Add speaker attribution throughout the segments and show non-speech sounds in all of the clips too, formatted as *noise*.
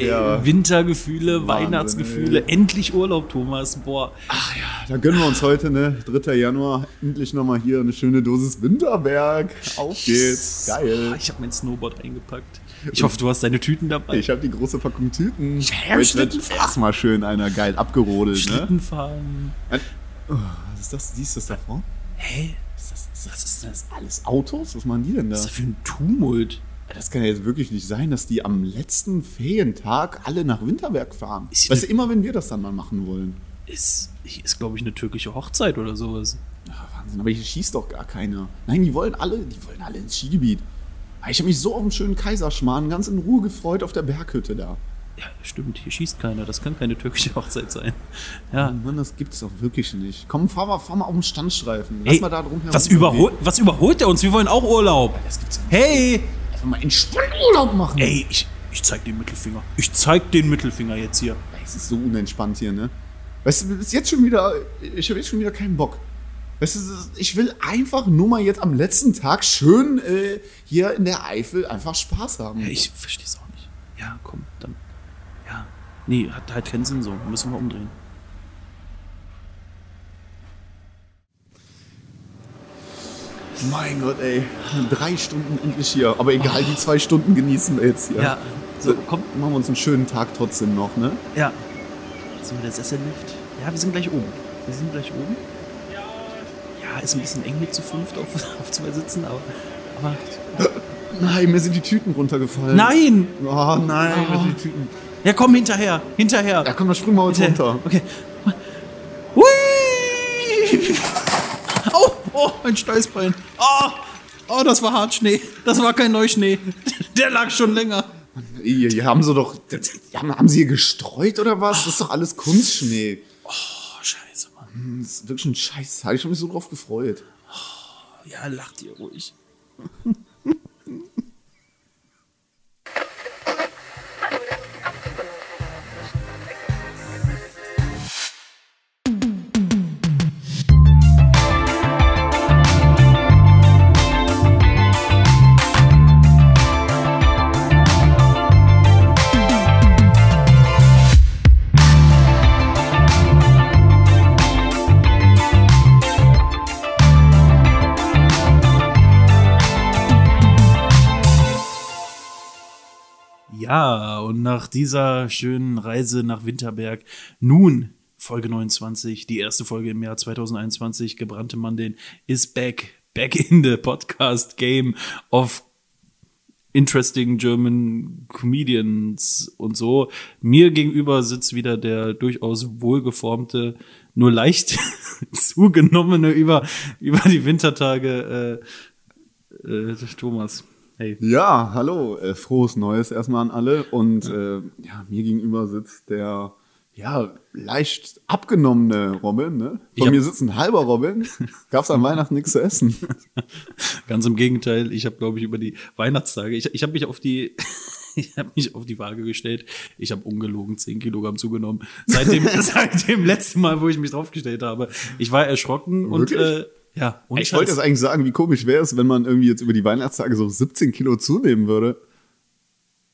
Speaker 1: Ja.
Speaker 2: Wintergefühle,
Speaker 1: Wahnsinn,
Speaker 2: Weihnachtsgefühle,
Speaker 1: ey.
Speaker 2: endlich Urlaub, Thomas. Boah,
Speaker 1: Da gönnen wir uns heute, ne? 3. Januar, endlich nochmal hier eine schöne Dosis Winterberg. Auf geht's.
Speaker 2: Ah,
Speaker 1: Geil.
Speaker 2: Ich habe mein Snowboard eingepackt. Ich hoffe, du hast deine Tüten dabei.
Speaker 1: Ich habe die große Packung Tüten.
Speaker 2: Ich hab
Speaker 1: Heute wird
Speaker 2: Schlitten-
Speaker 1: erstmal schön einer geil abgerodelt, ne?
Speaker 2: Schlitten fahren.
Speaker 1: Was ist das? Siehst du das da vorne?
Speaker 2: Hä? Was ist das, was ist das?
Speaker 1: Alles Autos? Was machen die denn da?
Speaker 2: Was ist das für ein Tumult?
Speaker 1: Das kann ja jetzt wirklich nicht sein, dass die am letzten Ferientag alle nach Winterberg fahren.
Speaker 2: Ist-
Speaker 1: Weißt du, immer wenn wir das dann mal machen wollen.
Speaker 2: Ist, hier ist glaube ich, eine türkische Hochzeit oder sowas.
Speaker 1: Ach, Wahnsinn, aber hier schießt doch gar keiner. Nein, die wollen alle, die wollen alle ins Skigebiet. Ah, Ich habe mich so auf den schönen Kaiserschmarrn ganz in Ruhe gefreut auf der Berghütte da.
Speaker 2: Ja, stimmt, hier schießt keiner. Das kann keine türkische Hochzeit sein. Ja.
Speaker 1: Mann, das gibt's doch wirklich nicht. Komm, fahr mal, fahr mal auf den Standstreifen.
Speaker 2: Ey,
Speaker 1: mal da drum herum.
Speaker 2: was, überholt, was überholt er uns? Wir wollen auch Urlaub.
Speaker 1: Das gibt's doch nicht.
Speaker 2: Hey!
Speaker 1: Einfach mal in Spannurlaub machen.
Speaker 2: Ey, ich, ich zeig den Mittelfinger. Ich zeig den Mittelfinger jetzt hier.
Speaker 1: Es ist so unentspannt hier, ne? Weißt du, ist jetzt schon wieder, ich habe jetzt schon wieder keinen Bock. Weißt du, das- ich will einfach nur mal jetzt am letzten Tag schön äh, hier in der Eifel einfach Spaß haben.
Speaker 2: Ja, ich versteh's auch nicht. Ja, komm, dann. Ja. Nee, hat halt keinen Sinn so. Müssen wir umdrehen.
Speaker 1: Mein Gott, ey. Drei Stunden endlich hier. Aber egal, die zwei Stunden genießen wir jetzt hier. Also,
Speaker 2: Ja. So, komm.
Speaker 1: Machen wir uns einen schönen Tag trotzdem noch, ne?
Speaker 2: Ja. So, der Sessellift. Ja, wir sind gleich oben. Wir sind gleich oben. Ja, ist ein bisschen eng mit zu fünft auf, auf *laughs* zwei Sitzen, aber. aber
Speaker 1: Nein, mir sind die Tüten runtergefallen.
Speaker 2: Nein!
Speaker 1: Oh nein, mir
Speaker 2: Oh.
Speaker 1: sind die Tüten.
Speaker 2: Ja, komm, hinterher! Hinterher!
Speaker 1: Ja, komm, dann springen wir jetzt runter.
Speaker 2: Okay. Hui! *laughs* Oh, oh, ein Steißbein. Oh, oh, das war Hartschnee. Das war kein Neuschnee. *laughs* Der lag schon länger.
Speaker 1: Hier, hier haben sie doch. die Haben, haben sie hier gestreut oder was? Das ist doch alles Kunstschnee.
Speaker 2: Oh, scheiße, Mann.
Speaker 1: Das ist wirklich ein scheiß Tag. Ich habe mich so drauf gefreut.
Speaker 2: Ja, lacht ihr ruhig. Ja, und nach dieser schönen Reise nach Winterberg, nun Folge 29, die erste Folge im Jahr 2021, gebrannte Mann den is back, back in the podcast game of interesting German Comedians und so. Mir gegenüber sitzt wieder der durchaus wohlgeformte, nur leicht *laughs* zugenommene über, über die Wintertage äh, äh, Thomas. Hey.
Speaker 1: Ja, hallo. Äh, frohes Neues erstmal an alle. Und äh, ja, mir gegenüber sitzt der ja, leicht abgenommene Robin. Ne? Von
Speaker 2: Ja.
Speaker 1: mir sitzt ein halber
Speaker 2: *laughs*
Speaker 1: Robin. Gab's an Weihnachten nichts zu essen.
Speaker 2: Ganz im Gegenteil, ich habe, glaube ich, über die Weihnachtstage, ich, ich habe mich auf die, *laughs* ich habe mich auf die Waage gestellt. Ich habe ungelogen 10 Kilogramm zugenommen. Seit
Speaker 1: *laughs*
Speaker 2: dem, seit dem letzten Mal, wo ich mich draufgestellt habe. Ich war erschrocken und äh,
Speaker 1: Wirklich?
Speaker 2: ja, und
Speaker 1: Ich wollte jetzt eigentlich sagen, wie komisch wäre es, wenn man irgendwie jetzt über die Weihnachtstage so 17 Kilo zunehmen würde.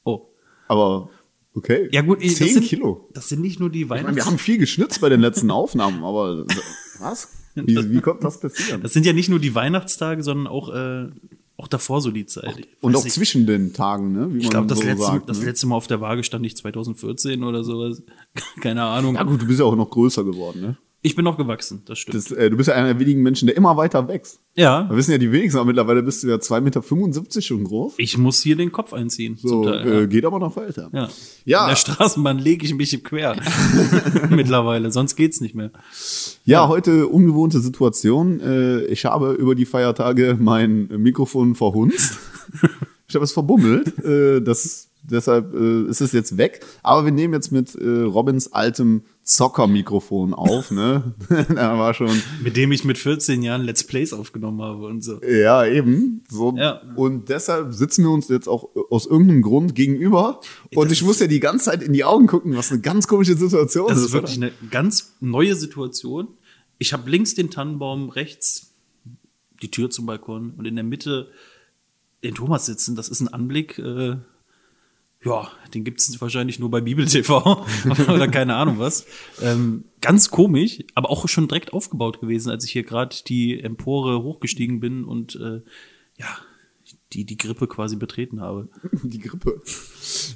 Speaker 2: Oh.
Speaker 1: Aber okay.
Speaker 2: Ja, gut, ich-
Speaker 1: 10
Speaker 2: das sind,
Speaker 1: Kilo.
Speaker 2: Das sind nicht nur die
Speaker 1: Ich meine, wir
Speaker 2: Weihnachts
Speaker 1: haben viel geschnitzt bei den letzten Aufnahmen, aber äh, was? Wie, wie kommt das passieren?
Speaker 2: Das sind ja nicht nur die Weihnachtstage, sondern auch, äh, auch davor so die Zeit. Ich
Speaker 1: Und
Speaker 2: weiß
Speaker 1: auch
Speaker 2: nicht.
Speaker 1: zwischen den Tagen, ne? Wie
Speaker 2: ich glaube,
Speaker 1: man
Speaker 2: das,
Speaker 1: so
Speaker 2: letzte,
Speaker 1: sagt,
Speaker 2: das
Speaker 1: ne?
Speaker 2: letzte Mal auf der Waage stand ich 2014 oder sowas. *laughs* Keine Ahnung.
Speaker 1: Ja gut, du bist ja auch noch größer geworden, ne?
Speaker 2: Ich bin noch gewachsen, das stimmt.
Speaker 1: Das, äh, du bist ja einer der wenigen Menschen, der immer weiter wächst.
Speaker 2: ja,
Speaker 1: Wir wissen ja die wenigsten, aber mittlerweile bist du ja 2,75 Meter schon groß.
Speaker 2: ich muss hier den Kopf einziehen.
Speaker 1: So,
Speaker 2: zum Teil, ja.
Speaker 1: äh, geht aber noch weiter.
Speaker 2: Ja.
Speaker 1: Ja.
Speaker 2: In der Straßenbahn lege ich
Speaker 1: *laughs*
Speaker 2: mich quer. Mittlerweile, sonst geht's nicht mehr. *laughs*
Speaker 1: Ja, heute ungewohnte Situation. Äh, ich habe über die Feiertage mein Mikrofon verhunzt. ich habe es verbummelt. Äh, das, deshalb äh, ist es jetzt weg. Aber wir nehmen jetzt mit äh, Robins altem Zocker-Mikrofon auf. Ne? *laughs* da war schon
Speaker 2: Mit dem ich mit 14 Jahren Let's Plays aufgenommen habe und so.
Speaker 1: Ja, eben. So.
Speaker 2: Ja.
Speaker 1: Und deshalb sitzen wir uns jetzt auch aus irgendeinem Grund gegenüber. Und
Speaker 2: Das
Speaker 1: ich
Speaker 2: ist-
Speaker 1: muss ja die ganze Zeit in die Augen gucken, was eine ganz komische Situation
Speaker 2: Das
Speaker 1: ist.
Speaker 2: ist wirklich eine ganz neue Situation. Ich habe links den Tannenbaum, rechts die Tür zum Balkon und in der Mitte den Thomas sitzen, das ist ein Anblick, äh, ja, den gibt es wahrscheinlich nur bei Bibel TV *laughs* oder keine Ahnung was. Ähm, ganz komisch, aber auch schon direkt aufgebaut gewesen, als ich hier gerade die Empore hochgestiegen bin und äh, ja, die, die Grippe quasi betreten habe.
Speaker 1: Die Grippe.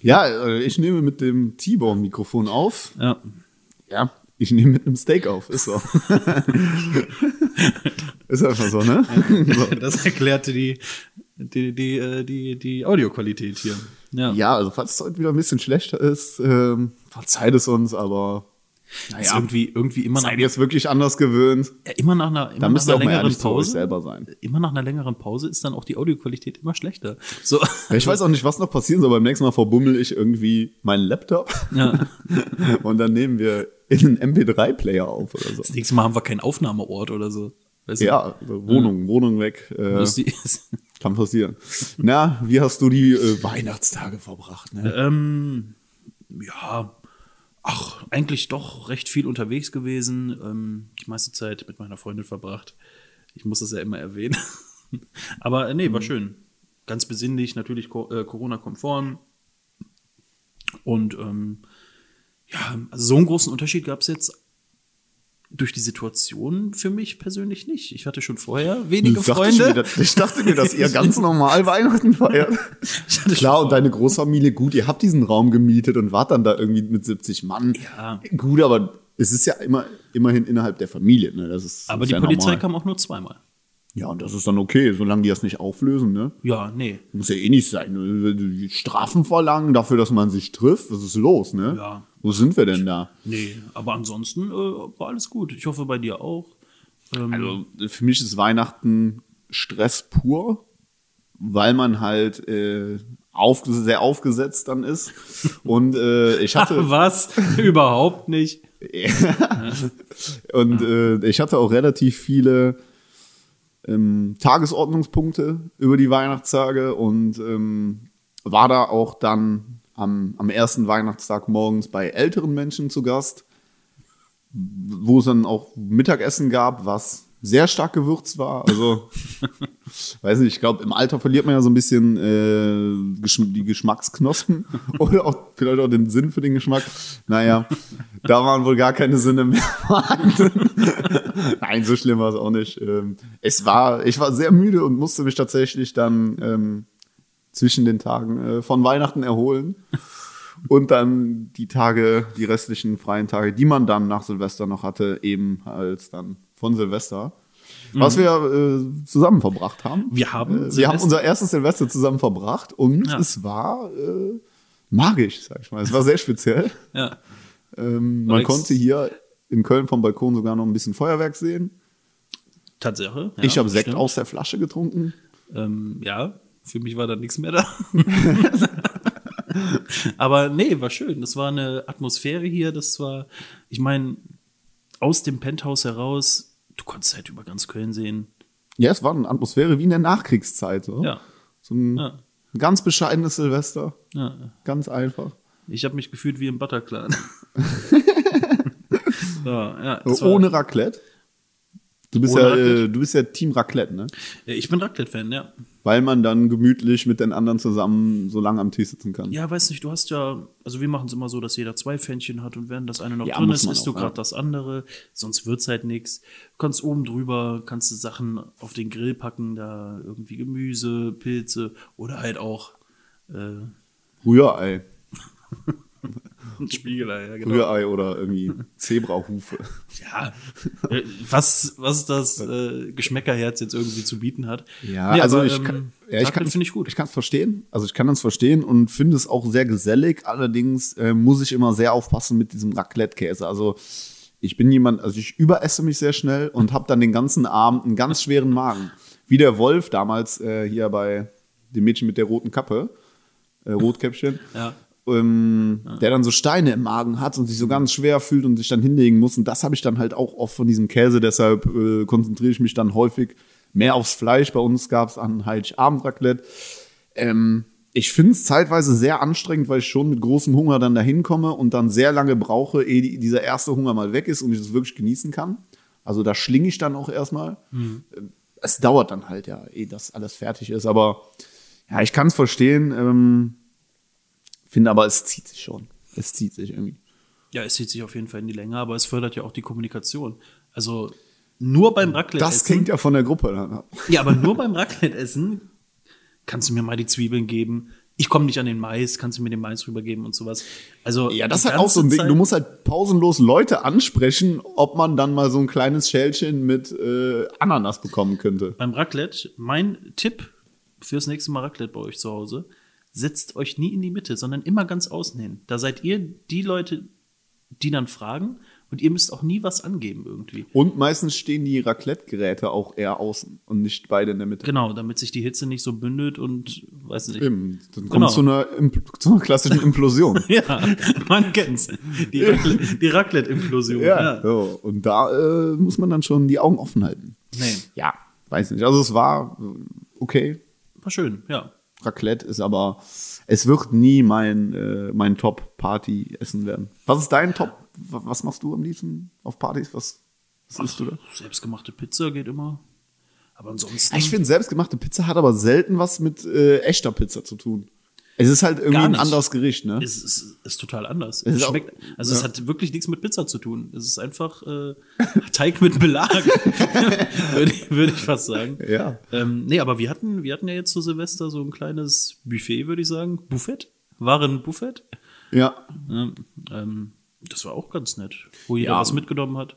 Speaker 1: Ja, äh, ich nehme mit dem T-Bone-Mikrofon auf.
Speaker 2: Ja.
Speaker 1: Ja, ich nehme mit einem Steak auf. Ist
Speaker 2: *laughs*
Speaker 1: so. ist einfach so, ne?
Speaker 2: *laughs* Das erklärte die, die, die, äh, die, die Audioqualität hier. Ja.
Speaker 1: Ja, also falls es heute wieder ein bisschen schlechter ist, ähm, verzeiht es uns, aber
Speaker 2: Ist irgendwie, irgendwie immer, nach,
Speaker 1: seid ihr es wirklich anders gewöhnt?
Speaker 2: ja, immer nach einer, immer
Speaker 1: Da
Speaker 2: nach
Speaker 1: müsst ihr
Speaker 2: einer
Speaker 1: auch mal
Speaker 2: längeren
Speaker 1: ehrlich zu euch
Speaker 2: Pause.
Speaker 1: selber sein.
Speaker 2: Immer nach einer längeren Pause ist dann auch die Audioqualität immer schlechter. So.
Speaker 1: Ich weiß auch nicht, was noch passieren soll. Beim nächsten Mal verbummel ich irgendwie meinen Laptop
Speaker 2: Ja.
Speaker 1: *laughs* und dann nehmen wir in einen MP3-Player auf oder so.
Speaker 2: Das nächste Mal haben wir keinen Aufnahmeort oder so. Weißt du?
Speaker 1: Ja, also Wohnung, Wohnung weg, äh,
Speaker 2: Das ist die- *laughs*
Speaker 1: kann passieren. Na, wie hast du die äh, Weihnachtstage verbracht? Ne?
Speaker 2: ähm, ja, ach, eigentlich doch recht viel unterwegs gewesen. Ähm, die meiste Zeit mit meiner Freundin verbracht. Ich muss das ja immer erwähnen. *laughs* Aber äh, nee,
Speaker 1: Mhm.
Speaker 2: war schön. Ganz besinnlich, natürlich Co äh, Corona-konform. Und ähm, ja, also so einen großen Unterschied gab es jetzt durch die Situation für mich persönlich nicht. Ich hatte schon vorher wenige
Speaker 1: Ich dachte
Speaker 2: Freunde.
Speaker 1: mir, dass- ich dachte mir, dass ihr ganz normal Weihnachten feiert.
Speaker 2: *laughs* Ich hatte schon
Speaker 1: Klar, und deine Großfamilie, gut, ihr habt diesen Raum gemietet und wart dann da irgendwie mit 70 Mann.
Speaker 2: Ja.
Speaker 1: Gut, aber es ist ja immer, immerhin innerhalb der Familie. Ne? Das ist,
Speaker 2: Aber
Speaker 1: ist
Speaker 2: die
Speaker 1: ja
Speaker 2: Polizei
Speaker 1: normal.
Speaker 2: kam auch nur zweimal.
Speaker 1: Ja, und das ist dann okay, solange die das nicht auflösen. Ne?
Speaker 2: Ja, nee.
Speaker 1: Muss ja eh nicht sein. Strafen verlangen dafür, dass man sich trifft. Was ist los, ne?
Speaker 2: Ja.
Speaker 1: Wo sind wir denn da?
Speaker 2: Nee, aber ansonsten äh, war alles gut. Ich hoffe bei dir auch. Ähm, *laughs*
Speaker 1: Also für mich ist Weihnachten Stress pur, weil man halt äh, auf, sehr aufgesetzt dann ist. *laughs* Und äh, ich hatte
Speaker 2: was? *laughs* Überhaupt nicht.
Speaker 1: und äh, ich hatte auch relativ viele ähm, Tagesordnungspunkte über die Weihnachtstage und ähm, war da auch dann am, am ersten Weihnachtstag morgens bei älteren Menschen zu Gast, wo es dann auch Mittagessen gab, was sehr stark gewürzt war. Also, weiß nicht, ich glaube, im Alter verliert man ja so ein bisschen äh, Geschm die Geschmacksknospen oder auch vielleicht auch den Sinn für den Geschmack. Naja, da waren wohl gar keine Sinne mehr *laughs* vorhanden. Nein, so schlimm war es auch nicht. Ähm, es war, ich war sehr müde und musste mich tatsächlich dann ähm, zwischen den Tagen äh, von Weihnachten erholen. Und dann die Tage, die restlichen freien Tage, die man dann nach Silvester noch hatte, eben als dann von Silvester. Was wir äh, zusammen verbracht haben.
Speaker 2: Mhm. Wir haben
Speaker 1: äh, wir
Speaker 2: Silvester-
Speaker 1: haben unser erstes Silvester zusammen verbracht und
Speaker 2: Ja.
Speaker 1: es war äh, magisch, sag ich mal. Es war sehr speziell.
Speaker 2: Ja.
Speaker 1: Ähm, man
Speaker 2: Alex.
Speaker 1: konnte hier in Köln vom Balkon sogar noch ein bisschen Feuerwerk sehen.
Speaker 2: Tatsache. Ja,
Speaker 1: ich habe Sekt
Speaker 2: stimmt.
Speaker 1: aus der Flasche getrunken.
Speaker 2: Ähm, ja, für mich war da nichts mehr da. *laughs* Aber nee, war schön. Das war eine Atmosphäre hier. Das war, ich meine, aus dem Penthouse heraus, du konntest halt über ganz Köln sehen.
Speaker 1: Ja, es war eine Atmosphäre wie in der Nachkriegszeit. So,
Speaker 2: Ja,
Speaker 1: so ein
Speaker 2: Ja.
Speaker 1: ganz bescheidenes Silvester.
Speaker 2: ja.
Speaker 1: Ganz einfach.
Speaker 2: Ich habe mich gefühlt wie im
Speaker 1: *laughs*
Speaker 2: Butterclan. *laughs* so, ja, das war-
Speaker 1: Also Ohne Raclette. Du bist,
Speaker 2: Ohne
Speaker 1: ja,
Speaker 2: Raclette?
Speaker 1: Äh, du bist ja Team Raclette, ne?
Speaker 2: Ich bin Raclette-Fan, ja.
Speaker 1: Weil man dann gemütlich mit den anderen zusammen so lange am Tisch sitzen kann.
Speaker 2: Ja, weiß nicht, du hast ja, also wir machen es immer so, dass jeder zwei Fännchen hat und wenn das eine noch
Speaker 1: Ja,
Speaker 2: drin
Speaker 1: muss
Speaker 2: ist,
Speaker 1: man
Speaker 2: isst du
Speaker 1: auch,
Speaker 2: gerade
Speaker 1: ja.
Speaker 2: das andere, sonst wird's halt nix. Du kannst oben drüber, kannst du Sachen auf den Grill packen, da irgendwie Gemüse, Pilze oder halt auch äh,
Speaker 1: Rührei.
Speaker 2: ein Spiegelei,
Speaker 1: *laughs*
Speaker 2: ja, genau.
Speaker 1: Rührei oder irgendwie Zebrahufe.
Speaker 2: Ja, äh, was, was das äh, Geschmäckerherz jetzt irgendwie zu bieten hat.
Speaker 1: Ja,
Speaker 2: Nee,
Speaker 1: also
Speaker 2: aber,
Speaker 1: ich
Speaker 2: ähm,
Speaker 1: kann, ja, ich kann,
Speaker 2: Raclette finde ich gut.
Speaker 1: Ich kann es verstehen. Also ich kann es verstehen und finde es auch sehr gesellig. Allerdings äh, muss ich immer sehr aufpassen mit diesem Raclette-Käse. Also ich bin jemand, also ich überesse mich sehr schnell und habe dann den ganzen Abend einen ganz schweren Magen. Wie der Wolf damals äh, hier bei dem Mädchen mit der roten Kappe, äh, Rotkäppchen.
Speaker 2: Ja.
Speaker 1: Ähm, der dann so Steine im Magen hat und sich so ganz schwer fühlt und sich dann hinlegen muss. Und das habe ich dann halt auch oft von diesem Käse. Deshalb äh, konzentriere ich mich dann häufig mehr aufs Fleisch. Bei uns gab es an Heiligabend-Raclette. Ähm, ich finde es zeitweise sehr anstrengend, weil ich schon mit großem Hunger dann dahin komme und dann sehr lange brauche, ehe die, dieser erste Hunger mal weg ist und ich es wirklich genießen kann. Also da schlinge ich dann auch erstmal. Ähm, es dauert dann halt ja, eh das alles fertig ist. Aber ja, ich kann es verstehen. Ähm, finde aber, es zieht sich schon. Es zieht sich irgendwie.
Speaker 2: Ja, es zieht sich auf jeden Fall in die Länge, aber es fördert ja auch die Kommunikation. Also nur beim Raclette
Speaker 1: Das klingt ja von der Gruppe dann ab.
Speaker 2: Ja, aber nur beim Raclette essen kannst du mir mal die Zwiebeln geben. Ich komme nicht an den Mais, kannst du mir den Mais rübergeben und sowas. Also
Speaker 1: Ja, das
Speaker 2: die
Speaker 1: ist halt auch so ein
Speaker 2: ganze
Speaker 1: Ding.
Speaker 2: Zeit-
Speaker 1: Du musst halt pausenlos Leute ansprechen, ob man dann mal so ein kleines Schälchen mit äh, Ananas bekommen könnte.
Speaker 2: beim Raclette, mein Tipp fürs nächste Mal Raclette bei euch zu Hause, setzt euch nie in die Mitte, sondern immer ganz außen hin. Da seid ihr die Leute, die dann fragen und ihr müsst auch nie was angeben irgendwie.
Speaker 1: Und meistens stehen die Raclette-Geräte auch eher außen und nicht beide in der Mitte.
Speaker 2: Genau, damit sich die Hitze nicht so bündelt und weiß nicht.
Speaker 1: Eben. Dann kommt
Speaker 2: Genau.
Speaker 1: zu, einer, Imp- zu einer klassischen Implosion.
Speaker 2: *laughs* Ja, man kennt's. Die Raclette- die Raclette-Implosion.
Speaker 1: *laughs* ja.
Speaker 2: ja.
Speaker 1: So. Und da äh, muss man dann schon die Augen offen halten.
Speaker 2: Nee,
Speaker 1: Ja, weiß nicht. Also es war äh, okay.
Speaker 2: war schön, ja.
Speaker 1: Raclette ist aber, es wird nie mein, äh, mein Top-Party-Essen werden. Was ist dein Top? wa- Was machst du am liebsten auf Partys? Was, was isst du da?
Speaker 2: Selbstgemachte Pizza geht immer. Aber ansonsten.
Speaker 1: Ah, Ich finde, selbstgemachte Pizza hat aber selten was mit äh, echter Pizza zu tun. Es ist halt irgendwie
Speaker 2: Gar
Speaker 1: ein
Speaker 2: nicht.
Speaker 1: anderes Gericht, ne?
Speaker 2: Es ist, ist total anders.
Speaker 1: Es
Speaker 2: Es
Speaker 1: ist auch-
Speaker 2: schmeckt, also
Speaker 1: ja.
Speaker 2: es hat wirklich nichts mit Pizza zu tun. Es ist einfach äh, *laughs* Teig mit Belag, *laughs* würde, ich- würde ich fast sagen.
Speaker 1: Ja.
Speaker 2: Ähm, nee, aber wir hatten, wir hatten ja jetzt zu Silvester so ein kleines Buffet, würde ich sagen. Buffet? Waren-Buffet?
Speaker 1: Ja.
Speaker 2: Ja, ähm, das war auch ganz nett, wo jeder
Speaker 1: Ja.
Speaker 2: was mitgenommen hat.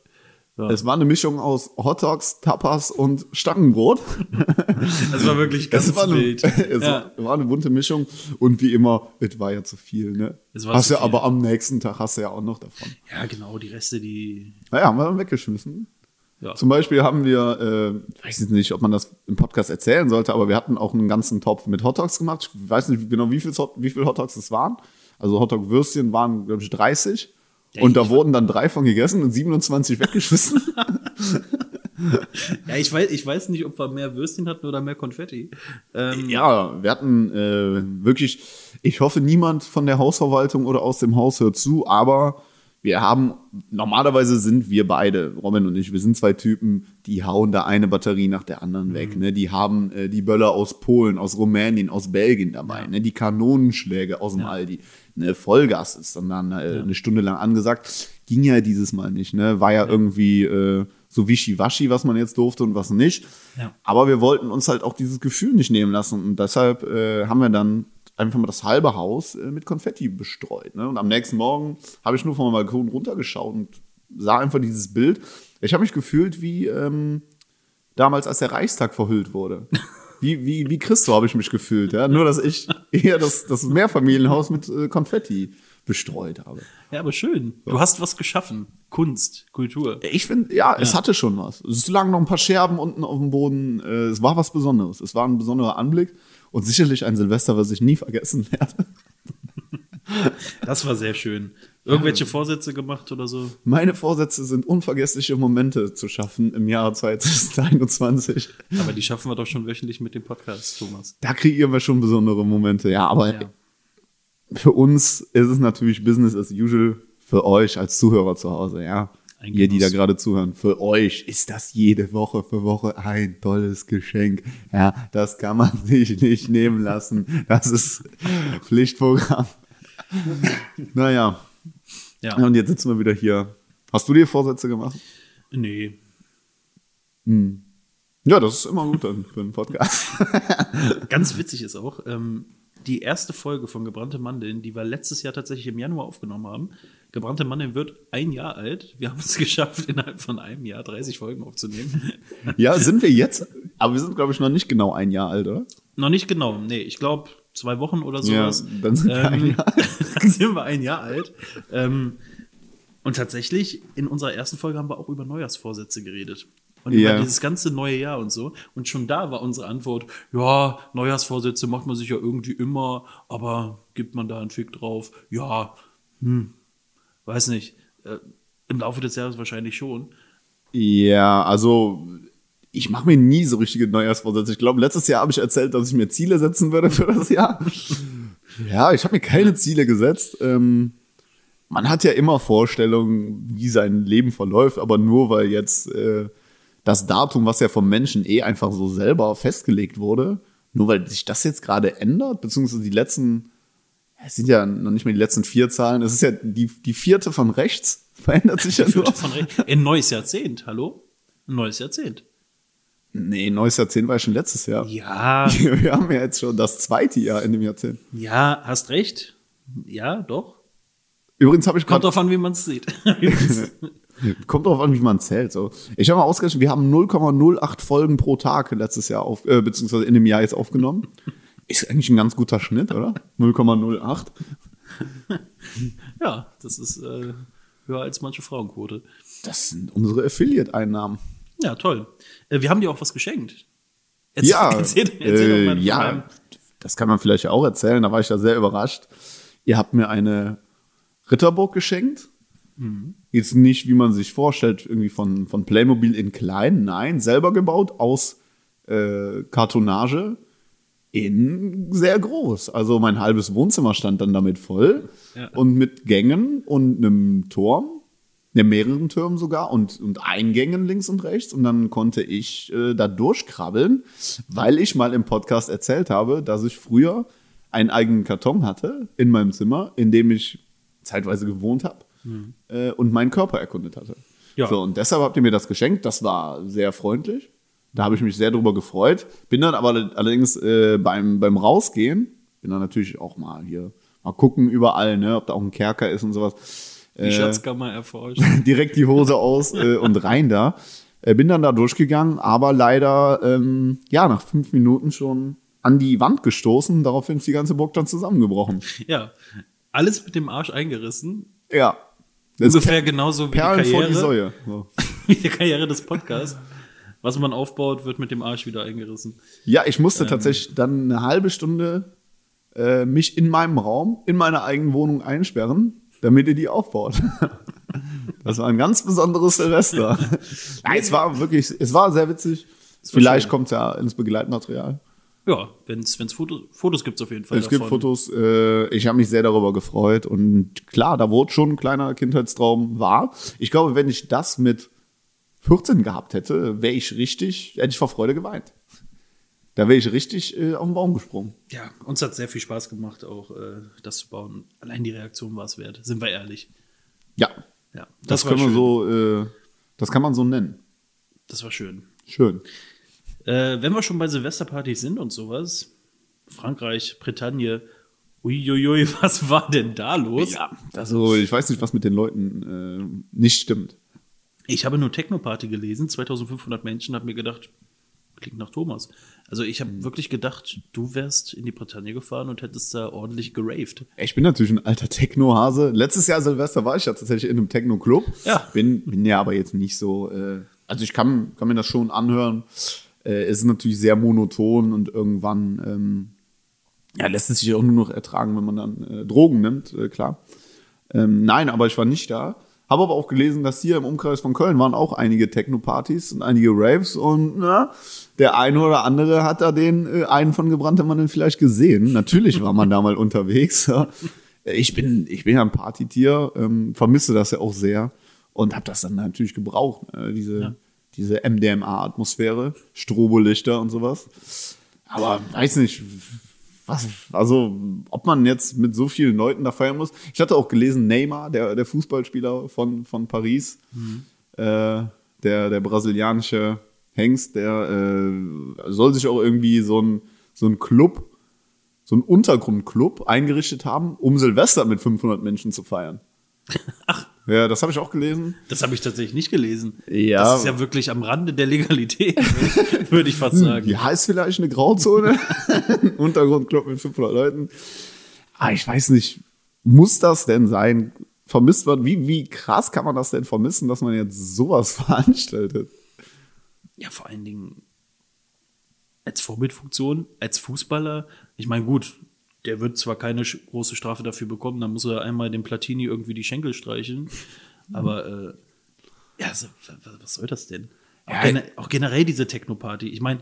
Speaker 2: Ja.
Speaker 1: Es war eine Mischung aus Hotdogs, Tapas und Stangenbrot.
Speaker 2: *laughs* Das war wirklich
Speaker 1: *laughs* Es war, eine,
Speaker 2: wild.
Speaker 1: es
Speaker 2: Ja.
Speaker 1: war eine bunte Mischung und wie immer, es war ja zu viel, ne?
Speaker 2: Es war
Speaker 1: hast
Speaker 2: zu
Speaker 1: ja
Speaker 2: viel.
Speaker 1: aber am nächsten Tag hast du ja auch noch davon.
Speaker 2: ja, genau, die Reste, die.
Speaker 1: Naja, haben wir dann weggeschmissen.
Speaker 2: Ja.
Speaker 1: Zum Beispiel haben wir, äh, weiß jetzt nicht, ob man das im Podcast erzählen sollte, aber wir hatten auch einen ganzen Topf mit Hotdogs gemacht. Ich weiß nicht genau, wie viel, wie viel Hotdogs es waren. Also Hotdog-Würstchen waren, glaube ich, 30.
Speaker 2: Ja,
Speaker 1: und da
Speaker 2: ich-
Speaker 1: wurden dann drei von gegessen und 27 weggeschmissen.
Speaker 2: Ja, ich weiß, ich weiß nicht, ob wir mehr Würstchen hatten oder mehr Konfetti. Ähm,
Speaker 1: ja, wir hatten äh, wirklich, ich hoffe, niemand von der Hausverwaltung oder aus dem Haus hört zu, aber wir haben, normalerweise sind wir beide, Robin und ich, wir sind zwei Typen, die hauen da eine Batterie nach der anderen weg.
Speaker 2: Mhm.
Speaker 1: Ne? Die haben äh, die Böller aus Polen, aus Rumänien, aus Belgien dabei, ne? die Kanonenschläge aus dem Aldi. Ne? Vollgas ist dann, dann äh, eine Stunde lang angesagt. Ging ja dieses Mal nicht, ne? War ja, irgendwie äh, so wischiwaschi, was man jetzt durfte und was nicht.
Speaker 2: Ja.
Speaker 1: Aber wir wollten uns halt auch dieses Gefühl nicht nehmen lassen. Und deshalb äh, haben wir dann einfach mal das halbe Haus äh, mit Konfetti bestreut. Ne? Und am nächsten Morgen habe ich nur vom Balkon runtergeschaut und sah einfach dieses Bild. Ich habe mich gefühlt wie ähm, damals, als der Reichstag verhüllt wurde. Wie, wie, wie Christo habe ich mich gefühlt. Ja? Nur, dass ich *laughs* eher das, das Mehrfamilienhaus mit äh, Konfetti bestreut habe.
Speaker 2: Ja, aber schön. Du hast was geschaffen. Kunst, Kultur.
Speaker 1: Ich finde, ja, es hatte schon was. Es lagen noch ein paar Scherben unten auf dem Boden. Äh, Es war was Besonderes. Es war ein besonderer Anblick und sicherlich ein Silvester, was ich nie vergessen *laughs* werde.
Speaker 2: Das war sehr schön. Irgendwelche Vorsätze gemacht oder so.
Speaker 1: Meine Vorsätze sind, unvergessliche Momente zu schaffen im *laughs* Jahr 2021.
Speaker 2: Aber die schaffen wir doch schon wöchentlich mit dem Podcast, Thomas.
Speaker 1: Da kreieren wir schon besondere Momente. Ja, aber
Speaker 2: Ja.
Speaker 1: für uns ist es natürlich Business as usual. Für euch als Zuhörer zu Hause, ja.
Speaker 2: Ein
Speaker 1: Ihr, die da
Speaker 2: Genuss.
Speaker 1: gerade zuhören, für euch ist das jede Woche für Woche ein tolles Geschenk. Ja, das kann man *laughs* sich nicht nehmen lassen. Das ist Pflichtprogramm. Naja,
Speaker 2: Ja.
Speaker 1: ja, und jetzt sitzen wir wieder hier. Hast du dir Vorsätze gemacht?
Speaker 2: Nee.
Speaker 1: Ja, das ist immer gut dann für einen Podcast.
Speaker 2: Ganz witzig ist auch, ähm, die erste Folge von Gebrannte Mandeln, die wir letztes Jahr tatsächlich im Januar aufgenommen haben. Gebrannte Mandeln wird ein Jahr alt. Wir haben es *laughs* geschafft, innerhalb von einem Jahr 30 Folgen aufzunehmen.
Speaker 1: Ja, sind wir jetzt? Aber wir sind, glaube ich, noch nicht genau ein Jahr alt, oder?
Speaker 2: Noch nicht genau. Nee, ich glaube, zwei Wochen oder
Speaker 1: Ja,
Speaker 2: sowas. Ähm,
Speaker 1: dann sind wir ein Jahr
Speaker 2: *laughs* dann sind wir ein Jahr alt. Ähm, und tatsächlich, in unserer ersten Folge haben wir auch über Neujahrsvorsätze geredet. Und
Speaker 1: Ja.
Speaker 2: über dieses ganze neue Jahr und so. Und schon da war unsere Antwort, ja, Neujahrsvorsätze macht man sich ja irgendwie immer, aber gibt man da einen Fick drauf? Ja, hm, weiß nicht. Äh, Im Laufe des Jahres wahrscheinlich schon.
Speaker 1: Ja, also ich mache mir nie so richtige Neujahrsvorsätze. Ich glaube, letztes Jahr habe ich erzählt, dass ich mir Ziele setzen würde für das Jahr. ja, ich habe mir keine Ziele gesetzt. Ähm, man hat ja immer Vorstellungen, wie sein Leben verläuft, aber nur weil jetzt äh, das Datum, was ja vom Menschen eh einfach so selber festgelegt wurde, nur weil sich das jetzt gerade ändert, beziehungsweise die letzten, es sind ja noch nicht mal die letzten vier Zahlen, es ist ja die, die vierte von rechts, *laughs* verändert sich ja nur.
Speaker 2: Führt Von recht. Ein neues Jahrzehnt, hallo? Ein neues Jahrzehnt.
Speaker 1: Nee, neues Jahrzehnt war ja schon letztes Jahr. *laughs*
Speaker 2: Ja,
Speaker 1: Wir haben ja jetzt schon das zweite Jahr in dem Jahrzehnt.
Speaker 2: ja, hast recht. Ja, doch.
Speaker 1: Übrigens habe ich
Speaker 2: Kommt
Speaker 1: gerade,
Speaker 2: drauf an, wie man es sieht. *laughs*
Speaker 1: *laughs* kommt drauf an, wie man zählt. So. Ich habe mal ausgerechnet, wir haben 0,08 Folgen pro Tag letztes Jahr, auf, äh, beziehungsweise in dem Jahr jetzt aufgenommen. Ist eigentlich ein ganz guter Schnitt, oder? *laughs* 0,08.
Speaker 2: ja, das ist äh, höher als manche Frauenquote.
Speaker 1: Das sind unsere Affiliate-Einnahmen.
Speaker 2: Ja, toll. Äh, wir haben dir auch was geschenkt. Erzähl-
Speaker 1: Ja,
Speaker 2: *laughs* erzähl, erzähl
Speaker 1: äh,
Speaker 2: doch mal von deinem-
Speaker 1: ja, das kann man vielleicht auch erzählen. Da war ich ja sehr überrascht. Ihr habt mir eine Ritterburg geschenkt. Jetzt nicht, wie man sich vorstellt, irgendwie von, von Playmobil in klein. Nein, selber gebaut aus äh, Kartonage in sehr groß. Also mein halbes Wohnzimmer stand dann damit voll
Speaker 2: Ja.
Speaker 1: und mit Gängen und einem Turm, ne, mehreren Türmen sogar und, und Eingängen links und rechts. Und dann konnte ich äh, da durchkrabbeln, weil ich mal im Podcast erzählt habe, dass ich früher einen eigenen Karton hatte in meinem Zimmer, in dem ich zeitweise gewohnt habe äh, und meinen Körper erkundet hatte.
Speaker 2: Ja.
Speaker 1: So, und deshalb habt ihr mir das geschenkt. Das war sehr freundlich. Da habe ich mich sehr drüber gefreut. Bin dann aber allerdings äh, beim, beim Rausgehen, bin dann natürlich auch mal hier, mal gucken überall, ne, ob da auch ein Kerker ist und sowas.
Speaker 2: Die
Speaker 1: Äh,
Speaker 2: Schatzkammer erforscht.
Speaker 1: *laughs* direkt die Hose aus äh,
Speaker 2: *laughs*
Speaker 1: und rein da. Äh, bin dann da durchgegangen, aber leider, ähm, ja, nach fünf Minuten schon an die Wand gestoßen. Daraufhin ist die ganze Burg dann
Speaker 2: *laughs*
Speaker 1: zusammengebrochen.
Speaker 2: ja, alles mit dem Arsch eingerissen.
Speaker 1: Ja. Das ist
Speaker 2: Ungefähr genauso wie die,
Speaker 1: Perlen vor die
Speaker 2: Karriere,
Speaker 1: Säue. So.
Speaker 2: *laughs* wie die Karriere des Podcasts. Was man aufbaut, wird mit dem Arsch wieder eingerissen.
Speaker 1: Ja, ich musste
Speaker 2: Ähm.
Speaker 1: tatsächlich dann eine halbe Stunde äh, mich in meinem Raum, in meiner eigenen Wohnung einsperren, damit ihr die aufbaut. *laughs* Das war ein ganz besonderes
Speaker 2: *laughs*
Speaker 1: Silvester. Nein, es war wirklich, es war sehr witzig.
Speaker 2: war
Speaker 1: Vielleicht
Speaker 2: schön.
Speaker 1: kommt es ja ins Begleitmaterial.
Speaker 2: Ja, wenn es Foto, Fotos gibt, auf jeden Fall.
Speaker 1: Es gibt Fotos. Äh, ich habe mich sehr darüber gefreut. Und klar, da wurde schon ein kleiner Kindheitstraum wahr. Ich glaube, wenn ich das mit 14 gehabt hätte, wäre ich richtig, hätte ich vor Freude geweint. Da wäre ich richtig äh, auf den Baum gesprungen.
Speaker 2: Ja, uns hat sehr viel Spaß gemacht, auch äh, das zu bauen. Allein die Reaktion war es wert, sind wir ehrlich.
Speaker 1: Ja,
Speaker 2: Ja,
Speaker 1: das,
Speaker 2: war
Speaker 1: können wir
Speaker 2: schön.
Speaker 1: so, äh, das kann man so nennen.
Speaker 2: Das war schön.
Speaker 1: Schön.
Speaker 2: Äh, wenn wir schon bei Silvesterpartys sind und sowas, Frankreich, Bretagne, uiuiui, *laughs* was war denn da los?
Speaker 1: Also ich weiß nicht, was mit den Leuten äh, nicht stimmt.
Speaker 2: Ich habe nur Techno-Party gelesen, 2500 Menschen, habe mir gedacht, klingt nach Thomas. Also ich
Speaker 1: Mhm.
Speaker 2: habe wirklich gedacht, du wärst in die Bretagne gefahren und hättest da ordentlich geraved.
Speaker 1: Ich bin natürlich ein alter Techno-Hase. Letztes Jahr Silvester war ich ja tatsächlich in einem Techno-Club.
Speaker 2: Ja.
Speaker 1: Bin, bin ja aber jetzt nicht so. Äh, also ich kann, kann mir das schon anhören. Äh, es ist natürlich sehr monoton und irgendwann ähm, ja, lässt es sich auch nur noch ertragen, wenn man dann äh, Drogen nimmt, äh, klar. Ähm, nein, aber ich war nicht da. Habe aber auch gelesen, dass hier im Umkreis von Köln waren auch einige Techno-Partys und einige Raves und na, der eine oder andere hat da den äh, einen von gebrannte Mann denn vielleicht gesehen. Natürlich war man da mal unterwegs. Ja. Ich bin, ich bin ja ein Partytier, ähm, vermisse das ja auch sehr und habe das dann natürlich gebraucht, äh, diese, diese MDMA-Atmosphäre, Strobolichter und sowas. Aber weiß nicht, was, also, ob man jetzt mit so vielen Leuten da feiern muss. Ich hatte auch gelesen, Neymar, der, der Fußballspieler von, von Paris, äh, der, der brasilianische Hengst, der äh, soll sich auch irgendwie so ein, so ein Club, so ein Untergrundclub eingerichtet haben, um Silvester mit 500 Menschen zu feiern. Ach. Ja, das habe ich auch gelesen.
Speaker 2: Das habe ich tatsächlich nicht gelesen.
Speaker 1: Ja.
Speaker 2: Das ist ja wirklich am Rande der Legalität, *laughs* würde ich- würde ich fast sagen.
Speaker 1: Hm, Ja, ist vielleicht eine Grauzone. *laughs* Ein Untergrundclub mit 500 Leuten. Ah, ich weiß nicht, muss das denn sein? Vermisst wird, wie, wie krass kann man das denn vermissen, dass man jetzt sowas *laughs* veranstaltet?
Speaker 2: Ja, vor allen Dingen als Vorbildfunktion, als Fußballer. Ich meine, gut, der wird zwar keine sch- große Strafe dafür bekommen, dann muss er einmal dem Platini irgendwie die Schenkel streicheln.
Speaker 1: Hm.
Speaker 2: Aber äh, ja, so, wa- wa- was soll das denn? Auch,
Speaker 1: Ja,
Speaker 2: gene auch generell diese Techno-Party. Ich meine,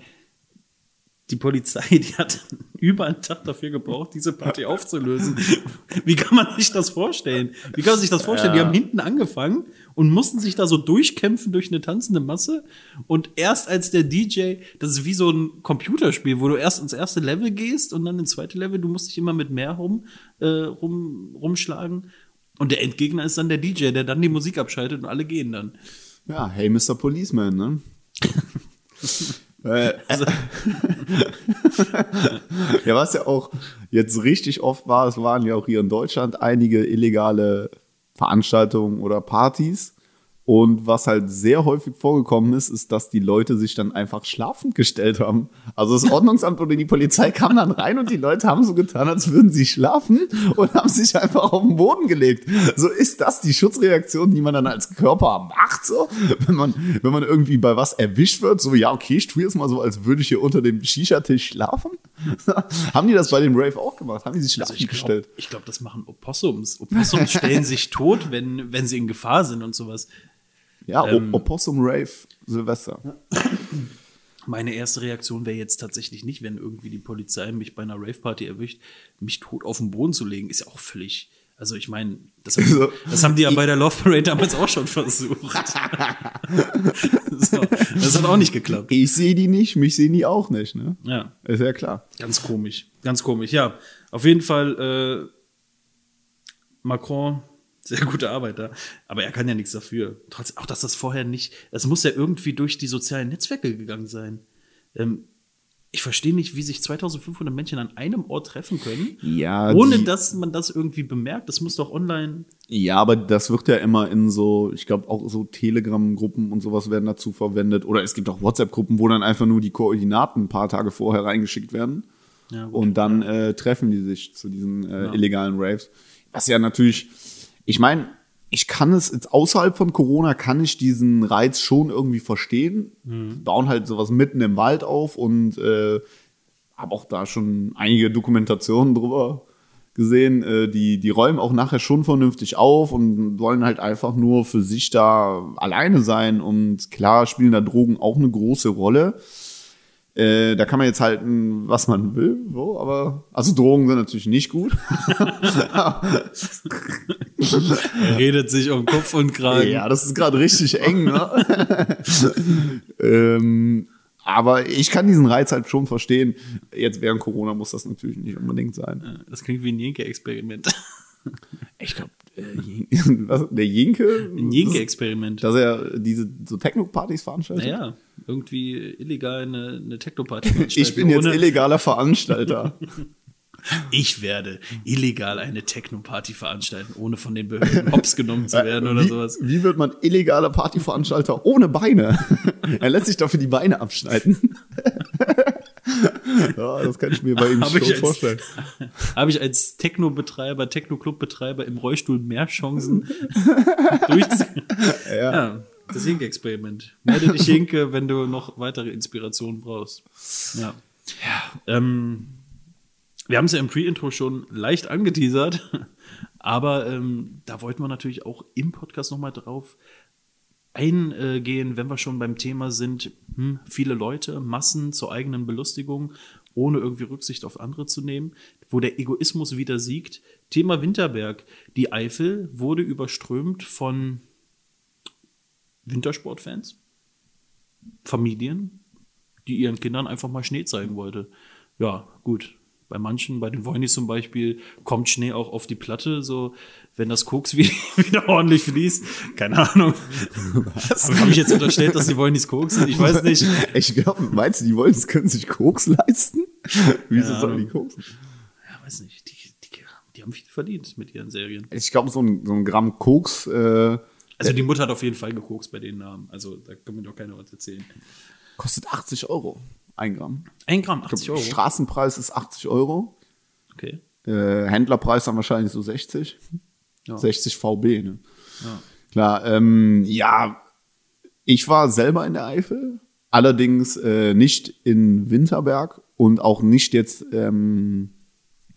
Speaker 2: die Polizei, die hat *laughs* über einen Tag dafür gebraucht, diese Party aufzulösen. Wie kann man sich das vorstellen? Wie kann man sich das vorstellen? Die haben hinten angefangen und mussten sich da so durchkämpfen durch eine tanzende Masse. Und erst als der DJ, das ist wie so ein Computerspiel, wo du erst ins erste Level gehst und dann ins zweite Level, du musst dich immer mit mehr rum, äh, rum, rumschlagen. Und der Endgegner ist dann der DJ, der dann die Musik abschaltet und alle gehen dann.
Speaker 1: Ja, hey, Mr. Policeman, ne? äh,
Speaker 2: Also,
Speaker 1: ja, was ja auch jetzt richtig oft war, es waren ja auch hier in Deutschland einige illegale Veranstaltungen oder Partys. Und was halt sehr häufig vorgekommen ist, ist, dass die Leute sich dann einfach schlafend gestellt haben. Also das Ordnungsamt oder die Polizei kam dann rein und die Leute haben so getan, als würden sie schlafen und haben sich einfach auf den Boden gelegt. So ist das die Schutzreaktion, die man dann als Körper macht, so wenn man wenn man irgendwie bei was erwischt wird, so ja okay, ich tue jetzt mal so, als würde ich hier unter dem Shisha-Tisch schlafen. *laughs* haben die das bei dem Rave auch gemacht? Haben die sich schlafend
Speaker 2: Also ich glaube,
Speaker 1: gestellt?
Speaker 2: glaub, das machen Opossums. Opossums stellen sich tot, wenn, wenn sie in Gefahr sind und sowas.
Speaker 1: Ja,
Speaker 2: ähm,
Speaker 1: O- Opossum Rave Silvester.
Speaker 2: Meine erste Reaktion wäre jetzt tatsächlich nicht, wenn irgendwie die Polizei mich bei einer Rave-Party erwischt, mich tot auf den Boden zu legen, ist ja auch völlig. Also ich meine, das, haben-
Speaker 1: Also,
Speaker 2: das haben die ja bei der Love Parade damals auch schon versucht. so, das hat auch nicht geklappt.
Speaker 1: Ich sehe die nicht, mich sehen die auch nicht, ne?
Speaker 2: Ja.
Speaker 1: Ist ja klar.
Speaker 2: Ganz komisch, ganz komisch. Ja, auf jeden Fall äh, Macron, sehr gute Arbeit da. Aber er kann ja nichts dafür. Trotzdem, auch dass das vorher nicht, das muss ja irgendwie durch die sozialen Netzwerke gegangen sein. Ähm, ich verstehe nicht, wie sich 2500 Menschen an einem Ort treffen können,
Speaker 1: Ja,
Speaker 2: ohne
Speaker 1: die-
Speaker 2: dass man das irgendwie bemerkt. Das muss doch online.
Speaker 1: Ja, aber das wird ja immer in so, ich glaube auch so Telegram-Gruppen und sowas werden dazu verwendet. Oder es gibt auch WhatsApp-Gruppen, wo dann einfach nur die Koordinaten ein paar Tage vorher reingeschickt werden.
Speaker 2: Ja, gut. Genau.
Speaker 1: und dann äh, treffen die sich zu diesen äh,
Speaker 2: Ja.
Speaker 1: illegalen Raves. Was ja natürlich, ich meine, ich kann es jetzt außerhalb von Corona, kann ich diesen Reiz schon irgendwie verstehen.
Speaker 2: Mhm.
Speaker 1: Die bauen halt sowas mitten im Wald auf und äh, habe auch da schon einige Dokumentationen drüber gesehen, äh, die, die räumen auch nachher schon vernünftig auf und wollen halt einfach nur für sich da alleine sein und klar spielen da Drogen auch eine große Rolle. Äh, da kann man jetzt halten, was man will, so, aber also Drogen sind natürlich nicht gut.
Speaker 2: Er redet sich um Kopf und Kragen.
Speaker 1: Ja, das ist gerade richtig eng, ne? ähm, aber ich kann diesen Reiz halt schon verstehen. Jetzt während Corona muss das natürlich nicht unbedingt sein.
Speaker 2: Das klingt wie ein Jenke-Experiment.
Speaker 1: Ich glaube, *laughs* der Jinke,
Speaker 2: Ein Jenke-Experiment.
Speaker 1: dass er diese so Techno-Partys veranstaltet.
Speaker 2: Naja, irgendwie illegal eine,
Speaker 1: *laughs*
Speaker 2: eine Techno-Party
Speaker 1: ich bin jetzt
Speaker 2: ohne,
Speaker 1: illegaler Veranstalter.
Speaker 2: Ich werde illegal eine Techno-Party veranstalten, ohne von den Behörden hops genommen zu werden oder
Speaker 1: Äh, wie,
Speaker 2: sowas.
Speaker 1: wie wird man illegaler Partyveranstalter ohne
Speaker 2: *laughs*
Speaker 1: Beine? er lässt sich dafür die Beine abschneiden. ja, das kann ich mir bei ihm
Speaker 2: Habe ich,
Speaker 1: schon
Speaker 2: als, *laughs*
Speaker 1: vorstellen.
Speaker 2: habe ich als Techno-Betreiber, Techno-Club-Betreiber im Rollstuhl mehr Chancen durchzuziehen? Ja. das Jinke-Experiment. Melde dich, Jinke, wenn du noch weitere Inspirationen brauchst. Ja. Ähm, wir haben es ja im Pre-Intro schon leicht angeteasert, *laughs* aber ähm, da wollten wir natürlich auch im Podcast nochmal drauf eingehen, wenn wir schon beim Thema sind, hm, viele Leute, Massen zur eigenen Belustigung, ohne irgendwie Rücksicht auf andere zu nehmen, wo der Egoismus wieder siegt. Thema Winterberg. Die Eifel wurde überströmt von Wintersportfans, Familien, die ihren Kindern einfach mal Schnee zeigen wollte. Ja, gut. Bei manchen, bei den Wollnis zum Beispiel, kommt Schnee auch auf die Platte, so wenn das Koks wie- *laughs* wieder ordentlich fließt. Keine Ahnung. Habe ich jetzt unterstellt, dass die Wollnis Koks sind? Ich weiß nicht.
Speaker 1: Ich glaube, meinst du, die wollen, können sich Koks
Speaker 2: *laughs*
Speaker 1: leisten? Wieso
Speaker 2: Ja.
Speaker 1: sollen die Koks?
Speaker 2: Ja, weiß nicht. Die, die, die haben viel verdient mit ihren Serien.
Speaker 1: Ich glaube, so ein, so ein Gramm Koks, äh,
Speaker 2: Also die Mutter hat auf jeden Fall gekokst bei den Namen. Also da kann mir doch keiner was erzählen.
Speaker 1: kostet 80 Euro. Ein Gramm.
Speaker 2: Ein Gramm, 80
Speaker 1: Glaub,
Speaker 2: Euro.
Speaker 1: Straßenpreis ist 80 Euro.
Speaker 2: Okay.
Speaker 1: Äh, Händlerpreis dann wahrscheinlich so 60.
Speaker 2: Ja.
Speaker 1: 60 VB, ne?
Speaker 2: Ja. *laughs*
Speaker 1: Klar, ähm, ja, ich war selber in der Eifel, allerdings äh, nicht in Winterberg und auch nicht jetzt ähm,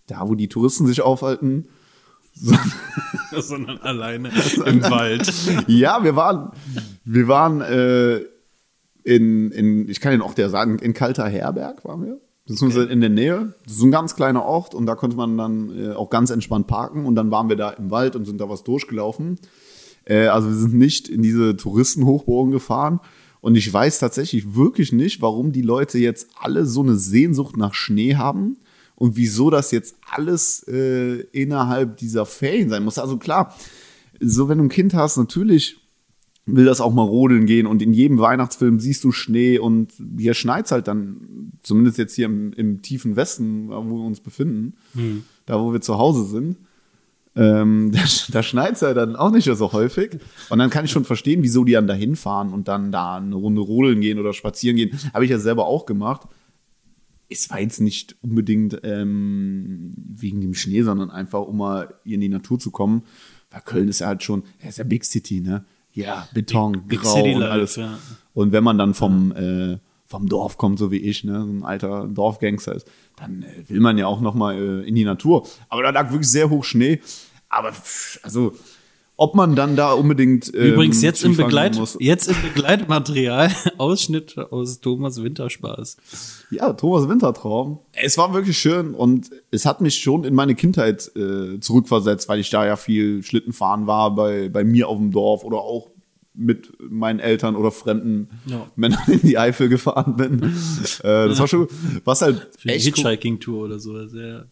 Speaker 1: da, wo die Touristen sich aufhalten.
Speaker 2: Sondern alleine im Wald.
Speaker 1: ja, wir waren, wir waren äh, in, in, ich kann den Ort ja sagen, in Kalter Herberg waren wir. Beziehungsweise in der Nähe, so ein ganz kleiner Ort und da konnte man dann äh, auch ganz entspannt parken und dann waren wir da im Wald und sind da was durchgelaufen. Äh, also wir sind nicht in diese Touristenhochburgen gefahren und ich weiß tatsächlich wirklich nicht, warum die Leute jetzt alle so eine Sehnsucht nach Schnee haben und wieso das jetzt alles äh, innerhalb dieser Ferien sein muss. Also klar, so wenn du ein Kind hast, natürlich will das auch mal rodeln gehen und in jedem Weihnachtsfilm siehst du Schnee und hier schneit's halt dann, zumindest jetzt hier im, im tiefen Westen, wo wir uns befinden, da wo wir zu Hause sind. Ähm, *laughs* da sch- da schneit's ja dann auch nicht so häufig. Und dann kann ich schon verstehen, wieso die dann da hinfahren und dann da eine Runde rodeln gehen oder spazieren gehen. Habe ich ja selber auch gemacht. Es war jetzt nicht unbedingt ähm, wegen dem Schnee, sondern einfach, um mal in die Natur zu kommen. Weil Köln ist ja halt schon, ja, ist ja Big City, ne? Ja, Beton,
Speaker 2: Big
Speaker 1: Grau
Speaker 2: City
Speaker 1: und
Speaker 2: Life,
Speaker 1: alles.
Speaker 2: ja.
Speaker 1: Und wenn man dann vom, äh, vom Dorf kommt, so wie ich, ne, so ein alter Dorfgangster ist, dann äh, will man ja auch nochmal äh, in die Natur. Aber da lag wirklich sehr hoch Schnee. Aber pff, also, ob man dann da unbedingt. ähm,
Speaker 2: Übrigens jetzt im,
Speaker 1: Skifahren
Speaker 2: Begleit,
Speaker 1: gehen muss-
Speaker 2: jetzt im Begleitmaterial *laughs* Ausschnitt aus Thomas Winterspaß.
Speaker 1: Ja, Thomas Wintertraum. Es war wirklich schön und es hat mich schon in meine Kindheit äh, zurückversetzt, weil ich da ja viel Schlittenfahren war bei, bei mir auf dem Dorf oder auch mit meinen Eltern oder fremden
Speaker 2: Ja.
Speaker 1: Männern in die Eifel gefahren bin. äh, das war schon, was halt
Speaker 2: Für die
Speaker 1: echt cool.
Speaker 2: Hitchhiking-Tour oder so. Also, Ja.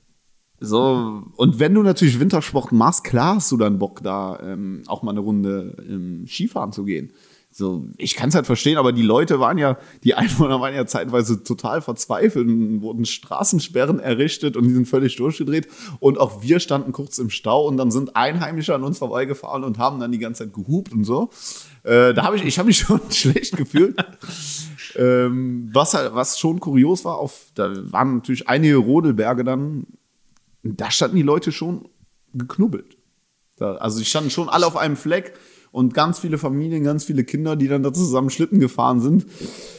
Speaker 1: So, und wenn du natürlich Wintersport machst, klar hast du dann Bock, da ähm, auch mal eine Runde ähm, Skifahren zu gehen. So, ich kann es halt verstehen, aber die Leute waren ja, die *laughs* Einwohner waren ja zeitweise total verzweifelt und wurden Straßensperren errichtet und die sind völlig durchgedreht. Und auch wir standen kurz im Stau und dann sind Einheimische an uns vorbeigefahren und haben dann die ganze Zeit gehupt und so. Äh, da habe ich, ich habe mich *laughs* schon schlecht gefühlt. ähm, was, halt- was schon kurios war, auf, da waren natürlich einige Rodelberge dann da standen die Leute schon geknubbelt. Da, also die standen schon alle auf einem Fleck und ganz viele Familien, ganz viele Kinder, die dann da zusammen Schlitten gefahren sind.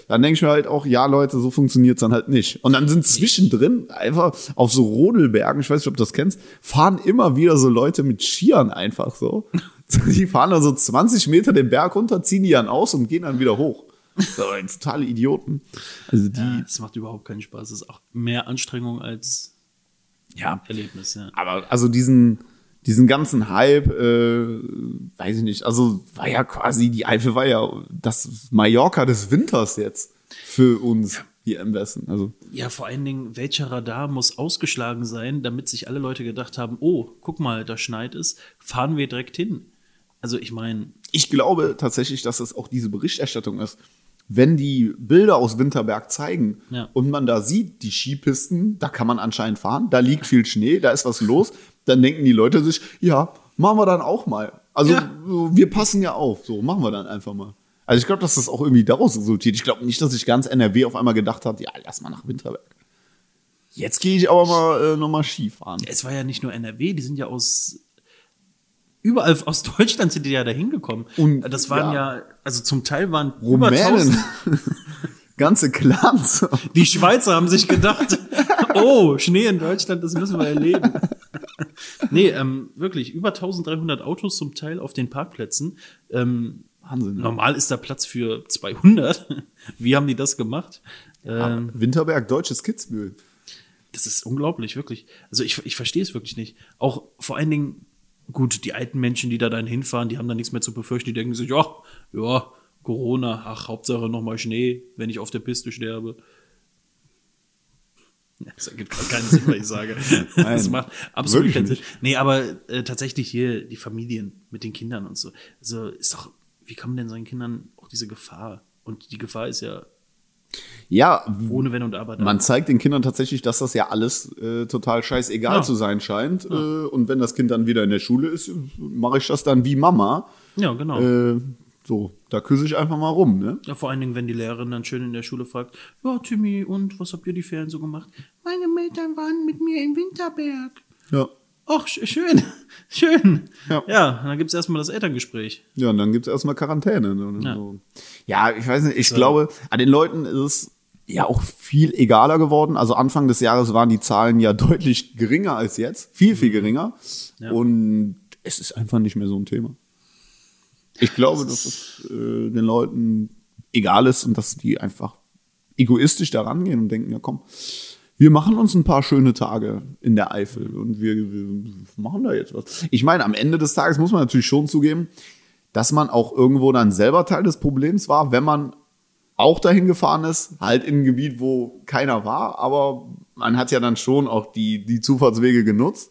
Speaker 1: Dann denke ich mir halt auch, ja Leute, so funktioniert's dann halt nicht. Und dann sind zwischendrin einfach auf so Rodelbergen, ich weiß nicht, ob du das kennst, fahren immer wieder so Leute mit Skiern einfach so. *laughs* Die fahren dann so 20 Meter den Berg runter, ziehen die dann aus und gehen dann wieder hoch. So, totale Idioten. Also die,
Speaker 2: Ja, Das macht überhaupt keinen Spaß. Das ist auch mehr Anstrengung als
Speaker 1: ja,
Speaker 2: Erlebnis. Ja.
Speaker 1: Aber also diesen, diesen ganzen Hype, äh, weiß ich nicht, also war ja quasi, die Eifel war ja das Mallorca des Winters jetzt für uns hier im Westen. Also
Speaker 2: ja, vor allen Dingen, welcher Radar muss ausgeschlagen sein, damit sich alle Leute gedacht haben, oh, guck mal, da schneit es, fahren wir direkt hin. Also ich meine,
Speaker 1: ich glaube tatsächlich, dass es auch diese Berichterstattung ist. Wenn die Bilder aus Winterberg zeigen
Speaker 2: Ja.
Speaker 1: und man da sieht, die Skipisten, da kann man anscheinend fahren, da liegt viel Schnee, da ist was los, dann denken die Leute sich, ja, machen wir dann auch mal. Also
Speaker 2: Ja.
Speaker 1: so, wir passen ja auf, so machen wir dann einfach mal. Also ich glaube, dass das auch irgendwie daraus resultiert. Ich glaube nicht, dass ich ganz NRW auf einmal gedacht habe, ja, lass mal nach Winterberg. Jetzt gehe ich aber mal äh, nochmal Skifahren.
Speaker 2: es war ja nicht nur NRW, die sind ja aus überall aus Deutschland sind die ja da hingekommen.
Speaker 1: Und-
Speaker 2: das waren ja. also zum Teil waren über
Speaker 1: Rumänen,
Speaker 2: 1000.
Speaker 1: *laughs* ganze Clans. *laughs*
Speaker 2: Die Schweizer haben sich gedacht, oh, Schnee in Deutschland, das müssen wir erleben. Nee, ähm, wirklich, über 1300 Autos zum Teil auf den Parkplätzen. Ähm,
Speaker 1: Wahnsinn. ne? ja.
Speaker 2: Normal ist da Platz für 200. Wie haben die das gemacht?
Speaker 1: Ah,
Speaker 2: Ähm,
Speaker 1: Winterberg, deutsches Kitzbühel.
Speaker 2: das ist unglaublich, wirklich. Also ich, ich verstehe es wirklich nicht. Auch vor allen Dingen, gut, die alten Menschen, die da dann hinfahren, die haben da nichts mehr zu befürchten. Die denken sich, ja, ja, Corona, ach, Hauptsache nochmal Schnee, wenn ich auf der Piste sterbe. Das ergibt gar keinen Sinn, was
Speaker 1: *laughs*
Speaker 2: ich sage. das
Speaker 1: Nein,
Speaker 2: macht absolut
Speaker 1: wirklich
Speaker 2: keinen Sinn.
Speaker 1: nicht.
Speaker 2: Nee, aber äh, tatsächlich hier die Familien mit den Kindern und so. Also ist doch, wie kommen denn seinen Kindern auch diese Gefahr? Und die Gefahr ist ja
Speaker 1: Ja,
Speaker 2: ohne Wenn und Aber da.
Speaker 1: man zeigt den Kindern tatsächlich, dass das ja alles äh, total scheißegal
Speaker 2: Ja.
Speaker 1: zu sein scheint. Äh, und wenn das Kind dann wieder in der Schule ist, mache ich das dann wie Mama.
Speaker 2: ja, genau.
Speaker 1: Äh, so, da küsse ich einfach mal rum, ne?
Speaker 2: Ja, vor allen Dingen, wenn die Lehrerin dann schön in der Schule fragt, ja, Timmy, und was habt ihr die Ferien so gemacht? Meine Eltern waren mit mir in Winterberg.
Speaker 1: Ja.
Speaker 2: Ach, sch- schön, *laughs* schön. Ja,
Speaker 1: Ja.
Speaker 2: dann gibt es erstmal das Elterngespräch.
Speaker 1: Ja, und dann gibt's erstmal Quarantäne. ne?
Speaker 2: Ja.
Speaker 1: So. Ja, ich weiß nicht, ich glaube, an den Leuten ist es ja auch viel egaler geworden. Also Anfang des Jahres waren die Zahlen ja *laughs* deutlich geringer als jetzt. Viel, viel geringer. Und es ist einfach nicht mehr so ein Thema. Ich glaube, dass es äh, den Leuten egal ist und dass die einfach egoistisch da rangehen und denken, ja komm, wir machen uns ein paar schöne Tage in der Eifel und wir, wir machen da jetzt was. Ich meine, am Ende des Tages muss man natürlich schon zugeben, dass man auch irgendwo dann selber Teil des Problems war, wenn man auch dahin gefahren ist, halt in ein Gebiet, wo keiner war, aber man hat ja dann schon auch die, die Zufahrtswege genutzt.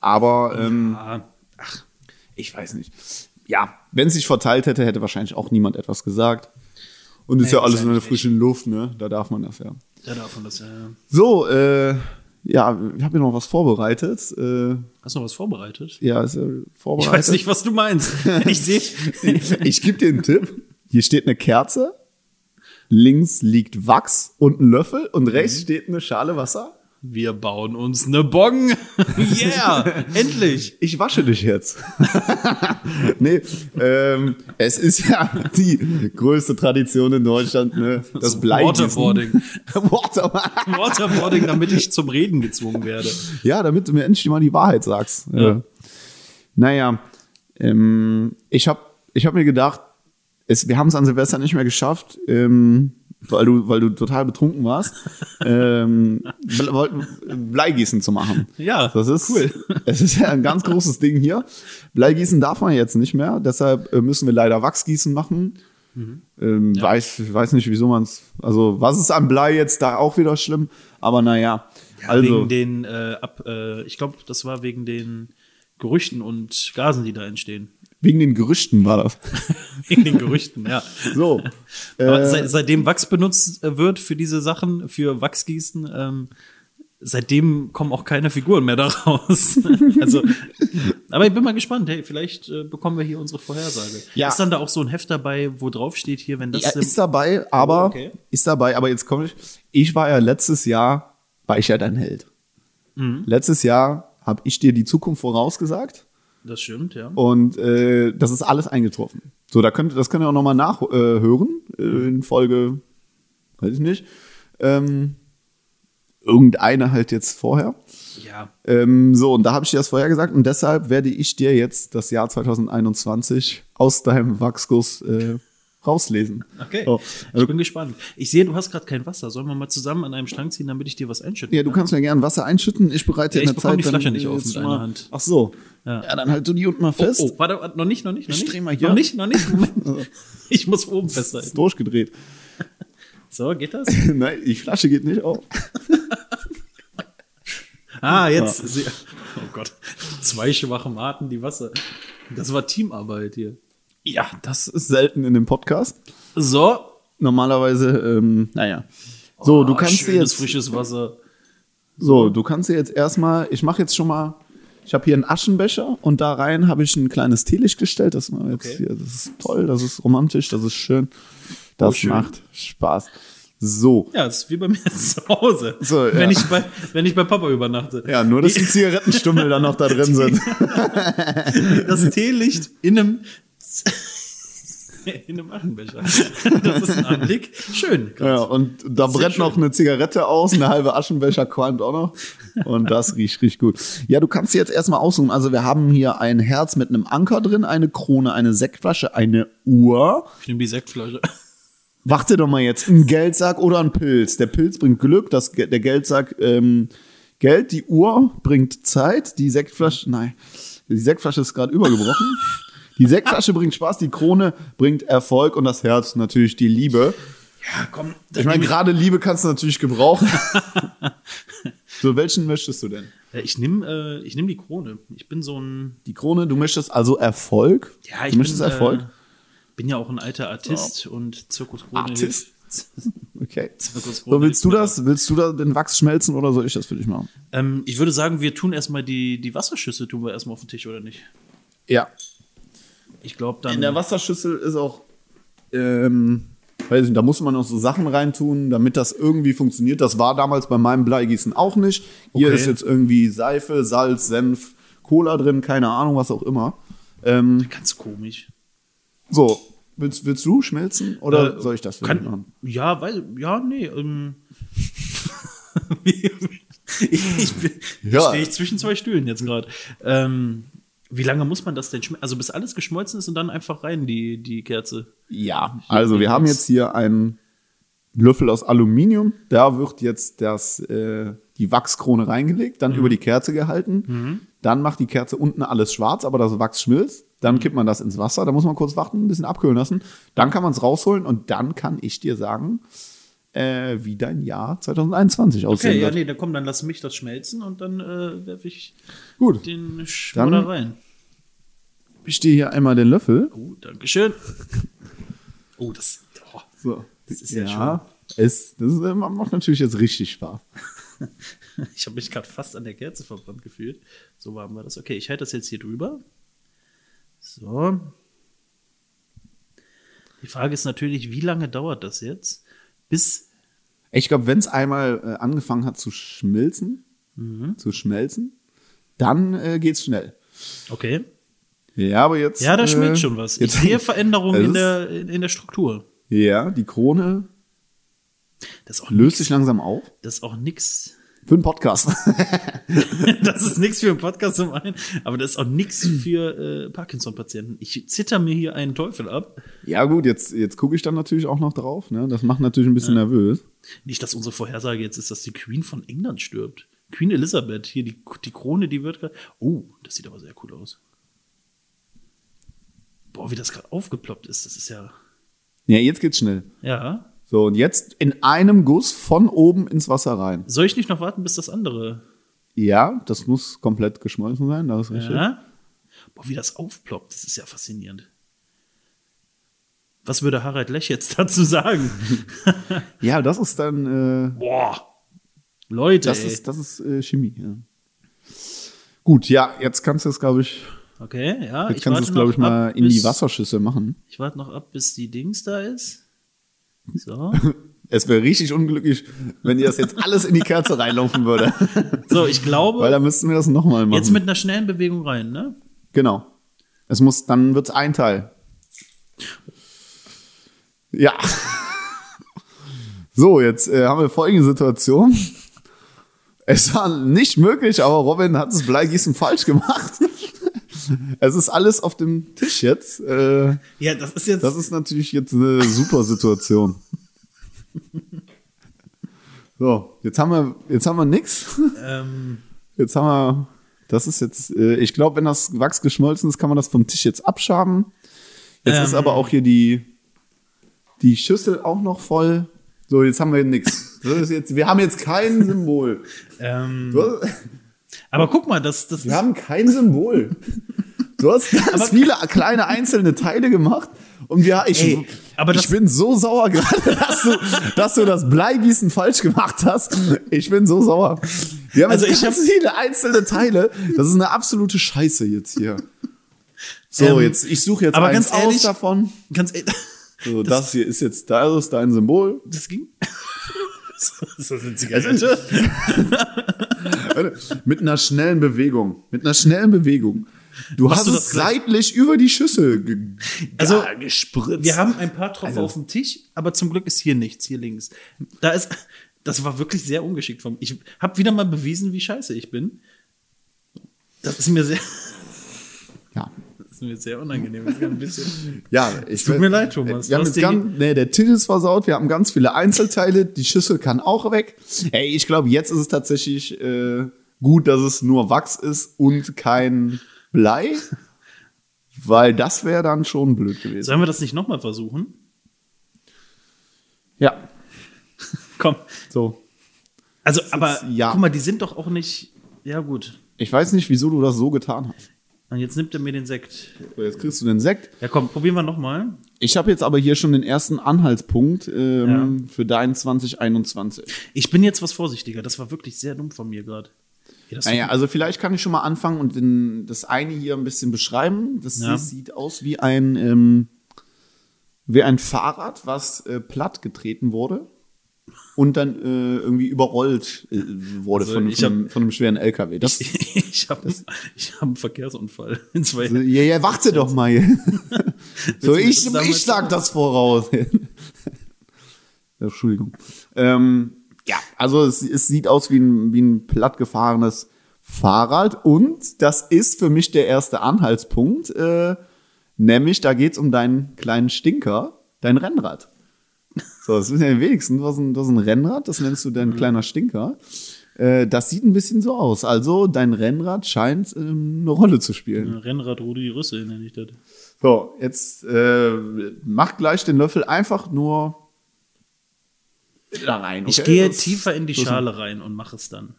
Speaker 1: Aber ähm,
Speaker 2: Ah, ach,
Speaker 1: ich weiß nicht. Ja, wenn es sich verteilt hätte, hätte wahrscheinlich auch niemand etwas gesagt. Und ist
Speaker 2: Nee,
Speaker 1: ja alles in der
Speaker 2: wahrscheinlich nicht.
Speaker 1: frischen Luft, ne? Da darf man das ja.
Speaker 2: ja, davon das. Äh,
Speaker 1: So, äh, ja, ich habe hier noch was vorbereitet. Äh,
Speaker 2: hast du noch was vorbereitet?
Speaker 1: ja, ist ja
Speaker 2: Ich
Speaker 1: vorbereitet.
Speaker 2: weiß nicht, was
Speaker 1: *laughs*
Speaker 2: du meinst. Ich sehe.
Speaker 1: ich gebe dir einen Tipp. Hier steht eine Kerze, links liegt Wachs und ein Löffel und
Speaker 2: Mhm.
Speaker 1: rechts steht eine Schale Wasser.
Speaker 2: Wir bauen uns eine Bong. *laughs* Yeah, endlich.
Speaker 1: Ich wasche dich jetzt. *laughs* nee, ähm, es ist ja die größte Tradition in Deutschland, ne? Das Bleigießen.
Speaker 2: Waterboarding.
Speaker 1: *laughs* Water
Speaker 2: *laughs* Waterboarding, damit ich zum Reden gezwungen werde.
Speaker 1: ja, damit du mir endlich mal die Wahrheit sagst.
Speaker 2: Ja.
Speaker 1: Äh, naja, ähm, ich habe ich hab mir gedacht, es, wir haben es an Silvester nicht mehr geschafft, ähm, weil, du, weil du total betrunken
Speaker 2: *laughs*
Speaker 1: warst, ähm, Ble wollten Bleigießen zu machen.
Speaker 2: Ja,
Speaker 1: Das ist cool. *laughs* Es ist ja ein ganz großes Ding hier. Bleigießen darf man jetzt nicht mehr, deshalb äh, müssen wir leider Wachsgießen machen.
Speaker 2: Mhm.
Speaker 1: Ähm, weiß, weiß nicht, wieso man es. Also, was ist an Blei jetzt da auch wieder schlimm? Aber naja. also,
Speaker 2: wegen den, äh, ab, äh, ich glaube, das war wegen den Gerüchten und Gasen, die da entstehen.
Speaker 1: Wegen den Gerüchten war das.
Speaker 2: *laughs* Wegen den Gerüchten, ja.
Speaker 1: *laughs* So.
Speaker 2: Aber
Speaker 1: äh,
Speaker 2: seit, seitdem Wachs benutzt äh, wird für diese Sachen, für Wachsgießen, ähm, seitdem kommen auch keine Figuren mehr *laughs* daraus. also, aber ich bin mal gespannt. Hey, vielleicht äh, bekommen wir hier unsere Vorhersage.
Speaker 1: Ja.
Speaker 2: Ist dann da auch so ein Heft dabei, wo drauf steht hier, wenn das
Speaker 1: ja,
Speaker 2: ähm,
Speaker 1: ist dabei, aber
Speaker 2: Oh, okay.
Speaker 1: ist dabei, aber jetzt komme ich. Ich war ja letztes Jahr, war ich ja dein Held.
Speaker 2: Mhm.
Speaker 1: Letztes Jahr habe ich dir die Zukunft vorausgesagt
Speaker 2: das stimmt, ja.
Speaker 1: und äh, das ist alles eingetroffen. So, da könnt, das könnt ihr auch nochmal nachhören äh, in Folge, weiß ich nicht. Ähm, irgendeine halt jetzt vorher.
Speaker 2: Ja.
Speaker 1: Ähm, so, und da habe ich dir das vorher gesagt und deshalb werde ich dir jetzt das Jahr 2021 aus deinem Wachsguss äh, rauslesen.
Speaker 2: Okay,
Speaker 1: So, also,
Speaker 2: ich bin gespannt. Ich sehe, du hast gerade kein Wasser. Sollen wir mal zusammen an einem Strang ziehen, damit ich dir was einschütte?
Speaker 1: ja, du kannst mir gerne Wasser einschütten. Ich bereite
Speaker 2: Ja,
Speaker 1: in der
Speaker 2: ich bekomme
Speaker 1: Zeit
Speaker 2: die Flasche
Speaker 1: dann,
Speaker 2: nicht
Speaker 1: äh,
Speaker 2: auf
Speaker 1: jetzt
Speaker 2: mit
Speaker 1: mal-
Speaker 2: einer Hand.
Speaker 1: Ach so. Ja.
Speaker 2: Ja.
Speaker 1: dann halt du die unten mal fest.
Speaker 2: Oh, warte, warte, noch nicht, noch nicht, noch nicht.
Speaker 1: dreh mal hier.
Speaker 2: Noch nicht,
Speaker 1: *laughs*
Speaker 2: noch nicht. Moment. Ich muss oben festhalten.
Speaker 1: Ist durchgedreht. *laughs*
Speaker 2: So, geht das?
Speaker 1: Nein, die Flasche geht nicht auf.
Speaker 2: Ah, *laughs* jetzt. sie- Oh Gott. Zwei schwache Maten, die Wasser. Das war Teamarbeit hier.
Speaker 1: Ja, das ist selten in dem Podcast.
Speaker 2: So.
Speaker 1: Normalerweise, ähm, naja. So, du
Speaker 2: Ah,
Speaker 1: kannst dir
Speaker 2: schönes,
Speaker 1: jetzt,
Speaker 2: frisches Wasser.
Speaker 1: so, du kannst dir jetzt erstmal, ich mache jetzt schon mal, ich habe hier einen Aschenbecher und da rein habe ich ein kleines Teelicht gestellt. Das, machen wir jetzt
Speaker 2: Okay.
Speaker 1: hier, das ist toll, das ist romantisch, das ist schön. Das
Speaker 2: schön.
Speaker 1: macht Spaß. So.
Speaker 2: Ja, das ist wie bei mir *laughs* zu Hause.
Speaker 1: So, ja.
Speaker 2: wenn, ich bei, wenn ich bei Papa übernachte.
Speaker 1: Ja, nur, dass die
Speaker 2: *laughs*
Speaker 1: Zigarettenstummel dann noch da drin sind.
Speaker 2: Das Teelicht in einem. *laughs* In einem Aschenbecher. *laughs* Das ist ein Anblick. Schön.
Speaker 1: Ja, und da
Speaker 2: Sehr
Speaker 1: brennt
Speaker 2: schön.
Speaker 1: noch eine Zigarette aus, eine halbe Aschenbecher qualmt auch noch. Und das riecht richtig gut. Ja, du kannst dir jetzt erstmal aussuchen. Also wir haben hier ein Herz mit einem Anker drin, eine Krone, eine Sektflasche, eine Uhr.
Speaker 2: Ich nehme die Sektflasche.
Speaker 1: Warte doch mal jetzt, ein Geldsack oder ein Pilz. Der Pilz bringt Glück, das, Ge- der Geldsack ähm, Geld, die Uhr bringt Zeit, die Sektflasche, nein, die Sektflasche ist gerade übergebrochen. Die Sektflasche bringt Spaß, die Krone bringt Erfolg und das Herz natürlich die Liebe.
Speaker 2: Ja, komm.
Speaker 1: Ich meine, gerade Liebe kannst du natürlich gebrauchen. *laughs* so, welchen möchtest du denn?
Speaker 2: ich nehme äh, ich nehm die Krone. Ich bin so ein.
Speaker 1: Die Krone, du möchtest also Erfolg?
Speaker 2: Ja,
Speaker 1: du
Speaker 2: ich
Speaker 1: möchtest
Speaker 2: bin,
Speaker 1: Erfolg?
Speaker 2: Äh, bin ja auch ein alter Artist und Zirkuskrone.
Speaker 1: Artist? *laughs* Okay.
Speaker 2: Zirkus
Speaker 1: So, willst du
Speaker 2: Krone,
Speaker 1: das? Willst du da den Wachs schmelzen oder soll ich das für dich machen?
Speaker 2: Ähm, ich würde sagen, wir tun erstmal die, die Wasserschüsse, tun wir erstmal auf den Tisch, oder nicht?
Speaker 1: Ja.
Speaker 2: Ich glaube
Speaker 1: In der
Speaker 2: dann.
Speaker 1: Wasserschüssel ist auch, ähm, weiß nicht, da muss man noch so Sachen reintun, damit das irgendwie funktioniert. Das war damals bei meinem Bleigießen auch nicht. Hier
Speaker 2: Okay.
Speaker 1: ist jetzt irgendwie Seife, Salz, Senf, Cola drin, keine Ahnung, was auch immer. Ähm,
Speaker 2: Ganz komisch.
Speaker 1: so, willst, willst du schmelzen oder
Speaker 2: Äh,
Speaker 1: soll ich das für dich machen?
Speaker 2: Kann, ja, weil, ja, nee. *laughs* Ähm, ich ich bin-
Speaker 1: Ja.
Speaker 2: stehe ich zwischen zwei Stühlen jetzt gerade. Ähm, wie lange muss man das denn schmelzen? Also bis alles geschmolzen ist und dann einfach rein die, die Kerze.
Speaker 1: Ja, also wir haben jetzt hier einen Löffel aus Aluminium. Da wird jetzt das, äh, die Wachskrone reingelegt, dann
Speaker 2: Mhm.
Speaker 1: über die Kerze gehalten. Dann macht die Kerze unten alles schwarz, aber das Wachs schmilzt.
Speaker 2: Mhm.
Speaker 1: Dann kippt man das ins Wasser. Da muss man kurz warten, ein bisschen abkühlen lassen. Dann kann man es rausholen und dann kann ich dir sagen, äh, wie dein Jahr 2021 aussehen
Speaker 2: Okay, ja,
Speaker 1: wird.
Speaker 2: nee, dann komm, dann lass mich das schmelzen und dann äh, werfe ich
Speaker 1: Gut,
Speaker 2: den Schmodder
Speaker 1: Dann-
Speaker 2: rein.
Speaker 1: ich stehe hier einmal den Löffel.
Speaker 2: Oh,
Speaker 1: *laughs*
Speaker 2: Dankeschön. Oh, das. Oh.
Speaker 1: So.
Speaker 2: Das ist ja
Speaker 1: ist, das ist, äh, macht natürlich jetzt richtig Spaß.
Speaker 2: *laughs* Ich habe mich gerade fast an der Kerze verbrannt gefühlt. So warm war das. Okay, ich halte das jetzt hier drüber. So. Die Frage ist natürlich, wie lange dauert das jetzt? Bis.
Speaker 1: Ich glaube, wenn es einmal äh, angefangen hat zu schmilzen,
Speaker 2: Mhm.
Speaker 1: zu schmelzen, dann äh, geht's schnell.
Speaker 2: Okay.
Speaker 1: Ja, aber jetzt.
Speaker 2: Ja, da schmilzt
Speaker 1: äh,
Speaker 2: schon was. Ich
Speaker 1: Jetzt,
Speaker 2: sehe Veränderungen
Speaker 1: Es
Speaker 2: in
Speaker 1: ist-
Speaker 2: der, in der Struktur.
Speaker 1: *laughs* ja, die Krone
Speaker 2: Das ist auch
Speaker 1: löst
Speaker 2: nix.
Speaker 1: sich langsam auf.
Speaker 2: Das ist auch nix. *laughs*
Speaker 1: Für einen Podcast. *laughs*
Speaker 2: das ist nichts für einen Podcast zum einen, aber das ist auch nichts für äh, Parkinson-Patienten. Ich zitter mir hier einen Teufel ab.
Speaker 1: ja, gut, jetzt, jetzt gucke ich dann natürlich auch noch drauf. Ne? Das macht natürlich ein bisschen nervös.
Speaker 2: Nicht, dass unsere Vorhersage jetzt ist, dass die Queen von England stirbt. Queen Elizabeth, hier die, die Krone, die wird gerade. Oh, das sieht aber sehr cool aus. Boah, wie das gerade aufgeploppt ist, das ist ja.
Speaker 1: Ja, jetzt geht's schnell.
Speaker 2: Ja.
Speaker 1: So, und jetzt in einem Guss von oben ins Wasser rein.
Speaker 2: Soll ich nicht noch warten, bis das andere.
Speaker 1: Ja, das muss komplett geschmolzen sein, das ist richtig.
Speaker 2: Ja? Boah, wie das aufploppt, das ist ja faszinierend. Was würde Harald Lech jetzt *laughs* dazu sagen?
Speaker 1: Ja, das ist dann. Äh,
Speaker 2: Boah. Leute,
Speaker 1: Das
Speaker 2: ey.
Speaker 1: ist, das ist äh, Chemie, ja. Gut, ja, jetzt kannst du es, glaube ich,
Speaker 2: okay, ja.
Speaker 1: jetzt kannst du
Speaker 2: warte
Speaker 1: es, glaube
Speaker 2: noch
Speaker 1: ich, mal
Speaker 2: ab,
Speaker 1: in die
Speaker 2: bis-
Speaker 1: Wasserschüssel machen.
Speaker 2: Ich warte noch ab, bis die Dings da ist. So.
Speaker 1: Es wäre richtig unglücklich, wenn ihr das jetzt alles in die Kerze reinlaufen
Speaker 2: *laughs*
Speaker 1: würde.
Speaker 2: So, ich
Speaker 1: Weil
Speaker 2: glaube,
Speaker 1: dann müssten wir das nochmal machen.
Speaker 2: jetzt mit einer schnellen Bewegung rein, ne?
Speaker 1: genau. Es muss, dann wird es ein Teil. Ja. So, jetzt äh, haben wir folgende Situation. Es war nicht möglich, aber Robin hat das Bleigießen falsch gemacht. Es ist alles auf dem Tisch jetzt. Äh,
Speaker 2: Ja, das ist jetzt.
Speaker 1: Das ist natürlich jetzt eine super Situation. So, jetzt haben wir, jetzt haben wir nix.
Speaker 2: ähm,
Speaker 1: Jetzt haben wir, das ist jetzt, äh, ich glaube, wenn das Wachs geschmolzen ist, kann man das vom Tisch jetzt abschaben. Jetzt ist
Speaker 2: Ähm.
Speaker 1: aber auch hier die, die Schüssel auch noch voll. So, jetzt haben wir nix. Das ist jetzt, wir haben jetzt kein Symbol.
Speaker 2: ähm,
Speaker 1: Du hast,
Speaker 2: aber guck mal, das, das
Speaker 1: wir
Speaker 2: ist.
Speaker 1: haben kein Symbol. Du
Speaker 2: *laughs*
Speaker 1: hast ganz viele kleine einzelne Teile gemacht. Und ja, ich,
Speaker 2: Ey, aber das-
Speaker 1: ich bin so sauer *laughs* gerade, dass du, dass du das Bleigießen falsch gemacht hast. Ich bin so sauer. Wir haben also
Speaker 2: Also
Speaker 1: jetzt
Speaker 2: ich
Speaker 1: ganz viele einzelne Teile. Das ist eine absolute Scheiße jetzt hier. So,
Speaker 2: Ähm,
Speaker 1: jetzt, ich suche jetzt
Speaker 2: aber
Speaker 1: eins
Speaker 2: ganz ehrlich-
Speaker 1: aus davon.
Speaker 2: Ganz ehrlich,
Speaker 1: So, das, hier ist jetzt, das ist dein Symbol.
Speaker 2: *laughs* das ging. *laughs* so, so sind sie Zigarette.
Speaker 1: *laughs* Warte, Mit einer schnellen Bewegung. Mit einer schnellen Bewegung. Du
Speaker 2: Machst
Speaker 1: hast
Speaker 2: du das
Speaker 1: es
Speaker 2: gleich?
Speaker 1: seitlich über die Schüssel ge
Speaker 2: Also,
Speaker 1: ja, gespritzt.
Speaker 2: Wir haben ein paar
Speaker 1: Also-
Speaker 2: Tropfen auf dem Tisch, aber zum Glück ist hier nichts, hier links. Da ist. Das war wirklich sehr ungeschickt von mir. Ich habe wieder mal bewiesen, wie scheiße ich bin. Das ist mir sehr, *laughs*
Speaker 1: ja.
Speaker 2: das ist mir sehr unangenehm. Das ist ein bisschen.
Speaker 1: ja ich
Speaker 2: tut
Speaker 1: will-
Speaker 2: mir leid, Thomas.
Speaker 1: Wir haben jetzt
Speaker 2: Du hast den-
Speaker 1: ganz, nee, der Tisch ist versaut, wir haben ganz viele Einzelteile, die Schüssel kann auch weg. Ey, ich glaube, jetzt ist es tatsächlich äh, gut, dass es nur Wachs ist und kein Blei, weil das wäre dann schon blöd gewesen.
Speaker 2: Sollen wir das nicht nochmal versuchen?
Speaker 1: Ja,
Speaker 2: Komm.
Speaker 1: so.
Speaker 2: Also, aber
Speaker 1: ja.
Speaker 2: guck mal, die sind doch auch nicht. Ja, gut.
Speaker 1: Ich weiß nicht, wieso du das so getan hast.
Speaker 2: Und jetzt nimmt er mir den Sekt.
Speaker 1: So, jetzt kriegst du den Sekt.
Speaker 2: Ja, komm, probieren wir nochmal.
Speaker 1: Ich habe jetzt aber hier schon den ersten Anhaltspunkt ähm, für dein 2021.
Speaker 2: Ich bin jetzt was vorsichtiger. Das war wirklich sehr dumm von mir gerade. Ja, das-
Speaker 1: Naja, also vielleicht kann ich schon mal anfangen und den, das eine hier ein bisschen beschreiben. Das
Speaker 2: Ja.
Speaker 1: hier sieht aus wie ein, ähm, wie ein Fahrrad, was äh, platt getreten wurde und dann äh, irgendwie überrollt äh, wurde
Speaker 2: Also
Speaker 1: von,
Speaker 2: ich
Speaker 1: von, einem, von einem schweren LKW. Das,
Speaker 2: *laughs* Ich habe ich hab einen Verkehrsunfall *laughs* in zwei
Speaker 1: Also, ja, ja, warte doch mal. *laughs* hier. so,
Speaker 2: du mir
Speaker 1: ich,
Speaker 2: das damals
Speaker 1: ich schlag das voraus. *laughs* Entschuldigung. Ähm, ja, also es, es sieht aus wie ein, wie ein plattgefahrenes Fahrrad und das ist für mich der erste Anhaltspunkt, äh, nämlich da geht's um deinen kleinen Stinker, dein Rennrad. So, das wissen ja die wenigsten. Du hast ein, du hast ein Rennrad, das nennst du dein
Speaker 2: Mhm.
Speaker 1: kleiner Stinker. Äh, das sieht ein bisschen so aus. Also, dein Rennrad scheint ähm, eine Rolle zu spielen.
Speaker 2: Rennrad Rudi Rüssel nenne ich das.
Speaker 1: So, jetzt äh, mach gleich den Löffel einfach nur da rein.
Speaker 2: Ich
Speaker 1: okay?
Speaker 2: gehe
Speaker 1: Das-
Speaker 2: tiefer in die
Speaker 1: das-
Speaker 2: Schale rein und mache es dann.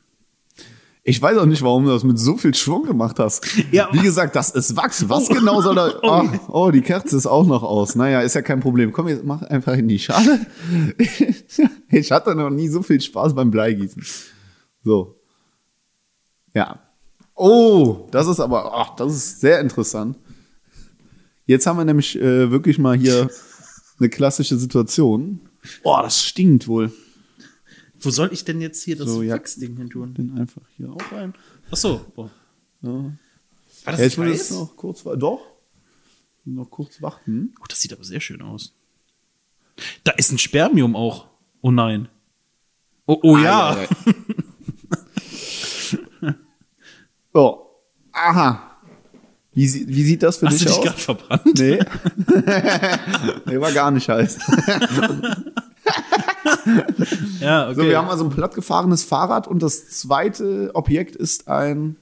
Speaker 1: Ich weiß auch nicht, warum du das mit so viel Schwung gemacht hast.
Speaker 2: Ja.
Speaker 1: Wie gesagt, das ist Wachs. Was genau soll da.
Speaker 2: *laughs* Oh.
Speaker 1: Oh, oh, die Kerze ist auch noch aus. Naja, ist ja kein Problem. Komm, jetzt mach einfach in die Schale. *laughs* Ich hatte noch nie so viel Spaß beim Bleigießen. So. Ja. Oh, das ist aber. Ach, das ist sehr interessant. Jetzt haben wir nämlich äh, wirklich mal hier eine klassische Situation. Oh, das stinkt wohl.
Speaker 2: Wo soll ich denn jetzt hier das
Speaker 1: So, ja.
Speaker 2: Wachsding hin tun?
Speaker 1: Den einfach hier auch rein.
Speaker 2: Achso. Oh. War das
Speaker 1: Ja, ich will
Speaker 2: Reis?
Speaker 1: jetzt noch kurz, wa- doch, noch kurz warten.
Speaker 2: Oh, das sieht aber sehr schön aus. Da ist ein Spermium auch. Oh nein. Oh,
Speaker 1: Ah,
Speaker 2: oh ja.
Speaker 1: Ei, ei, ei. *laughs* so. Aha. Wie, sie- wie sieht das für
Speaker 2: Hast du
Speaker 1: dich
Speaker 2: dich
Speaker 1: aus?
Speaker 2: gerade verbrannt?
Speaker 1: Nee. *laughs* nee, war gar nicht heiß.
Speaker 2: Ja,
Speaker 1: So,
Speaker 2: okay.
Speaker 1: wir haben also ein plattgefahrenes Fahrrad und das zweite Objekt ist ein.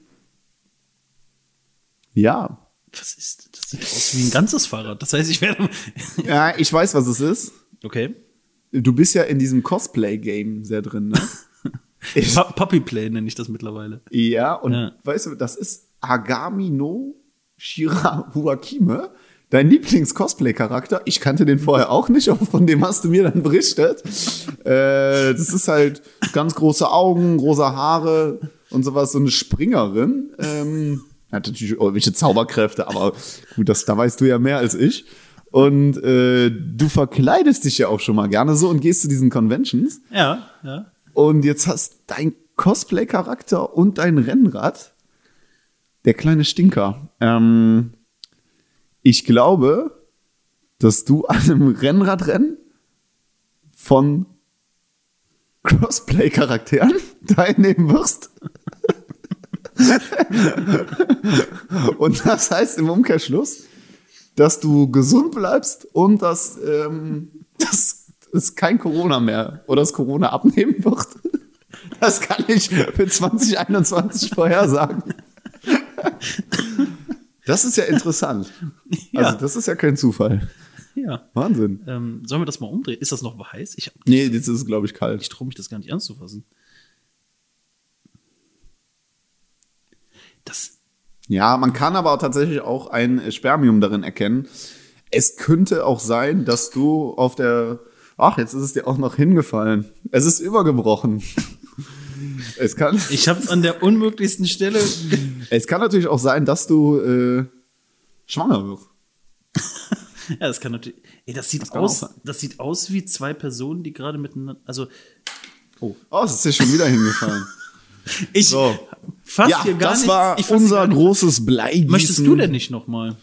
Speaker 1: Ja.
Speaker 2: Was ist das? Das sieht aus wie ein ganzes Fahrrad. Das heißt, ich werde. *laughs*
Speaker 1: Ja, ich weiß, was es ist.
Speaker 2: Okay.
Speaker 1: Du bist ja in diesem Cosplay-Game sehr drin, ne?
Speaker 2: Pa Puppy Play nenne ich das mittlerweile.
Speaker 1: Ja, und
Speaker 2: Ja.
Speaker 1: weißt du, das ist Agami no Shira Huakime, dein Lieblings-Cosplay-Charakter. Ich kannte den vorher auch nicht, aber von dem hast du mir dann berichtet. äh, das ist halt ganz große Augen, große Haare und sowas, so eine Springerin. Ähm, hat natürlich irgendwelche Zauberkräfte, aber gut, das, da weißt du ja mehr als ich. Und äh, du verkleidest dich ja auch schon mal gerne so und gehst zu diesen Conventions.
Speaker 2: Ja, ja.
Speaker 1: Und jetzt hast dein Cosplay-Charakter und dein Rennrad. Der kleine Stinker. Ähm, ich glaube, dass du an einem Rennradrennen von Cosplay-Charakteren *laughs* teilnehmen wirst. *laughs* und das heißt im Umkehrschluss, dass du gesund bleibst und dass, ähm, dass es kein Corona mehr oder das Corona abnehmen wird. Das kann ich für 2021 vorhersagen. Das ist ja interessant.
Speaker 2: Ja.
Speaker 1: Also, das ist ja kein Zufall.
Speaker 2: Ja.
Speaker 1: Wahnsinn.
Speaker 2: Ähm, sollen wir das mal umdrehen? Ist das noch heiß? Ich,
Speaker 1: Nee, jetzt ist es, glaube ich, kalt.
Speaker 2: ich traue mich das gar nicht ernst zu fassen. Das.
Speaker 1: Ja, man kann aber tatsächlich auch ein äh, Spermium darin erkennen. Es könnte auch sein, dass du auf der. Ach, jetzt ist es dir auch noch hingefallen. Es ist
Speaker 2: *laughs*
Speaker 1: übergebrochen. Es kann.
Speaker 2: Ich habe es an der unmöglichsten Stelle.
Speaker 1: Es kann natürlich auch sein, dass du äh, schwanger wirst.
Speaker 2: *laughs* ja, das kann natürlich. Ey, das sieht
Speaker 1: kann
Speaker 2: aus.
Speaker 1: auch sein.
Speaker 2: Das sieht aus wie zwei Personen, die gerade miteinander. Also
Speaker 1: Oh, es ist dir schon wieder
Speaker 2: *laughs*
Speaker 1: hingefallen.
Speaker 2: ich
Speaker 1: So.
Speaker 2: fass
Speaker 1: ja,
Speaker 2: hier gar
Speaker 1: das
Speaker 2: nichts.
Speaker 1: war
Speaker 2: ich fass hier
Speaker 1: unser
Speaker 2: gar nicht-
Speaker 1: großes Bleigießen.
Speaker 2: Möchtest du denn nicht noch mal?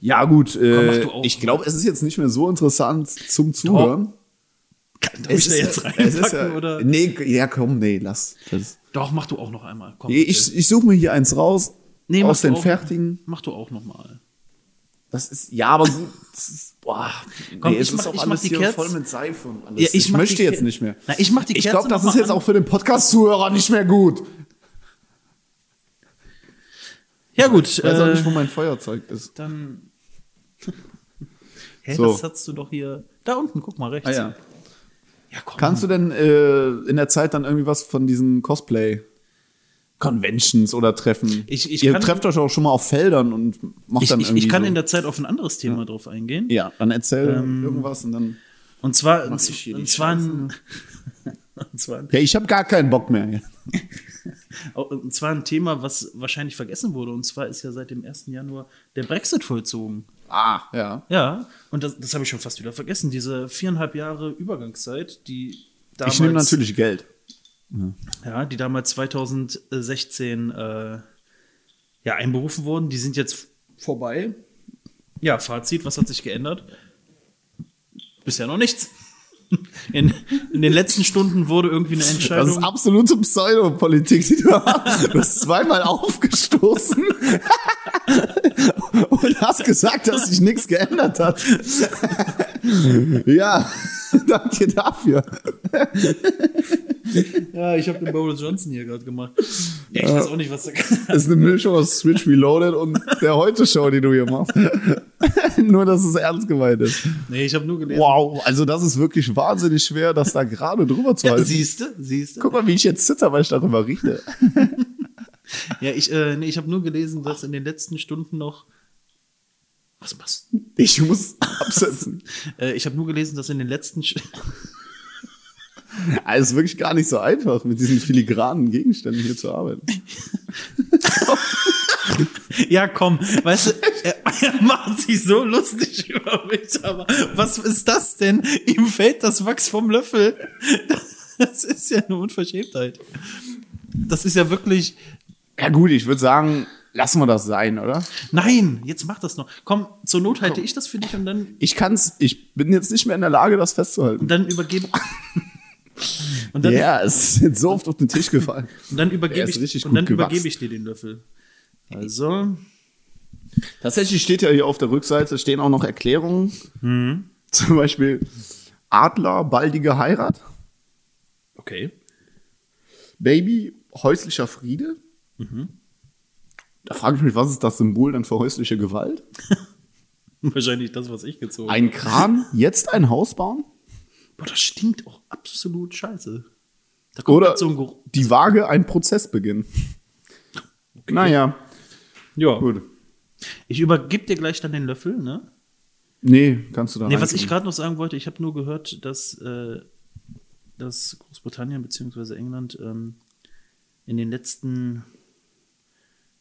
Speaker 1: Ja, gut.
Speaker 2: mach
Speaker 1: Äh,
Speaker 2: du auch.
Speaker 1: ich glaube, es ist jetzt nicht mehr so interessant zum Zuhören.
Speaker 2: Kann darf
Speaker 1: Es
Speaker 2: ich da
Speaker 1: ist-
Speaker 2: jetzt
Speaker 1: es ist
Speaker 2: reinpacken
Speaker 1: ja,
Speaker 2: oder?
Speaker 1: Nee, ja, komm, nee, lass. Das.
Speaker 2: Doch, mach du auch noch einmal. Komm,
Speaker 1: Nee,
Speaker 2: bitte.
Speaker 1: Ich, ich suche mir hier eins raus.
Speaker 2: Nee,
Speaker 1: aus
Speaker 2: mach du
Speaker 1: den
Speaker 2: auch-
Speaker 1: fertigen.
Speaker 2: Mach du auch noch mal.
Speaker 1: Das ist, ja, aber gut. Das ist, boah.
Speaker 2: Komm,
Speaker 1: nee,
Speaker 2: ich
Speaker 1: es
Speaker 2: mach-
Speaker 1: ist auch
Speaker 2: ich mach
Speaker 1: alles
Speaker 2: die
Speaker 1: hier
Speaker 2: Kerze.
Speaker 1: voll mit Seife und alles.
Speaker 2: Ja, ich mach die
Speaker 1: möchte jetzt
Speaker 2: Ker-
Speaker 1: nicht mehr.
Speaker 2: Na, ich mach die
Speaker 1: Ich
Speaker 2: Kerze
Speaker 1: glaube, das
Speaker 2: noch
Speaker 1: ist
Speaker 2: mal
Speaker 1: jetzt
Speaker 2: an.
Speaker 1: auch für den Podcast-Zuhörer nicht mehr gut.
Speaker 2: Ja gut,
Speaker 1: Ich weiß auch
Speaker 2: äh,
Speaker 1: nicht, wo mein Feuerzeug ist. *laughs*
Speaker 2: dann. Hä,
Speaker 1: So.
Speaker 2: das hast du doch hier. Da unten, guck mal rechts. Ja,
Speaker 1: Ah
Speaker 2: komm.
Speaker 1: Kannst du denn äh, in der Zeit dann irgendwie was von diesen Cosplay Conventions oder Treffen?
Speaker 2: Ich- ich
Speaker 1: Ihr
Speaker 2: kann-
Speaker 1: trefft euch auch schon mal auf Feldern und macht
Speaker 2: ich,
Speaker 1: dann
Speaker 2: ich,
Speaker 1: irgendwie
Speaker 2: ich kann
Speaker 1: so.
Speaker 2: in der Zeit auf ein anderes Thema drauf eingehen.
Speaker 1: ja, dann erzähl irgendwas und dann.
Speaker 2: Und zwar, und,
Speaker 1: ich hier die
Speaker 2: zwar, ein, *laughs* und zwar, ein-
Speaker 1: Ja, ich habe gar keinen Bock mehr.
Speaker 2: und zwar ein Thema, was wahrscheinlich vergessen wurde. Und zwar ist ja seit dem 1. Januar der Brexit vollzogen.
Speaker 1: Ah, ja.
Speaker 2: Ja, und das, das habe ich schon fast wieder vergessen. Diese viereinhalb Jahre Übergangszeit, die damals,
Speaker 1: Ich nehme natürlich Geld.
Speaker 2: ja, die damals 2016 äh, ja, einberufen wurden, die sind jetzt vorbei. Ja, Fazit, was hat sich geändert? Bisher noch nichts. *laughs* In, in den letzten Stunden wurde irgendwie eine
Speaker 1: Das ist
Speaker 2: Entscheidung.
Speaker 1: absolute Pseudopolitik, die du hast. Du hast zweimal aufgestoßen *laughs* und hast gesagt, dass sich nichts geändert hat. Ja, *laughs* Danke dafür.
Speaker 2: Ja, ich habe den Boris Johnson hier gerade gemacht.
Speaker 1: Äh.
Speaker 2: Ja, ich weiß auch nicht, was da kann.
Speaker 1: Das ist eine Mischung aus Switch Reloaded und der Heute-Show, die du hier machst. *laughs* Nur, dass es ernst gemeint ist.
Speaker 2: *laughs* Nee, ich habe nur gelesen.
Speaker 1: Wow, also das ist wirklich wahnsinnig schwer, das da gerade drüber zu halten.
Speaker 2: Siehst du? Siehst du?
Speaker 1: Guck mal, wie ich jetzt zitter, weil ich darüber rede.
Speaker 2: Ja, ich, äh, nee, ich habe nur gelesen, dass in den letzten Stunden noch. Was machst du?
Speaker 1: Ich muss absetzen.
Speaker 2: Äh, ich habe nur gelesen, dass in den letzten. Sch *laughs*
Speaker 1: Ah, *laughs* Es ist wirklich gar nicht so einfach, mit diesen filigranen Gegenständen hier zu arbeiten.
Speaker 2: ja, komm,
Speaker 1: *laughs*
Speaker 2: weißt du, er, er macht sich so lustig *laughs* über mich, aber was ist das denn? Ihm fällt das Wachs vom Löffel. *laughs* Das ist ja eine Unverschämtheit. Das ist ja wirklich.
Speaker 1: Ja gut, ich würde sagen, lassen wir das sein, oder?
Speaker 2: Nein, jetzt mach das noch. Komm, zur Not halte ich das für dich und dann,
Speaker 1: Ich kann's, ich bin jetzt nicht mehr in der Lage, das festzuhalten.
Speaker 2: und dann übergebe. *laughs* Und
Speaker 1: Ja,
Speaker 2: dann,
Speaker 1: es ist jetzt so oft auf den Tisch gefallen.
Speaker 2: und dann
Speaker 1: Der
Speaker 2: übergebe
Speaker 1: ist
Speaker 2: ich,
Speaker 1: richtig
Speaker 2: und dann
Speaker 1: gut gewachsen.
Speaker 2: übergebe ich dir den Löffel. Also,
Speaker 1: *laughs* Tatsächlich steht ja hier auf der Rückseite stehen auch noch Erklärungen. Zum Beispiel Adler, baldige Heirat,
Speaker 2: okay.
Speaker 1: Baby, häuslicher Friede. Mhm. Da frage ich mich, was ist das Symbol dann für häusliche Gewalt?
Speaker 2: Wahrscheinlich das, was ich gezogen habe.
Speaker 1: Hm. Ein *laughs* Kran, jetzt ein Haus bauen?
Speaker 2: Boah, das stinkt auch absolut scheiße. Da kommt
Speaker 1: Oder
Speaker 2: grad so ein Geruch.
Speaker 1: die Waage, ein Prozess beginnen? Naja,
Speaker 2: Ja.
Speaker 1: gut.
Speaker 2: Ich übergebe dir gleich dann den Löffel, ne?
Speaker 1: Nee, kannst du da
Speaker 2: Nee, was ich
Speaker 1: reinkriegen.
Speaker 2: gerade noch sagen wollte, ich habe nur gehört, dass, äh, dass Großbritannien bzw. England ähm, in den letzten,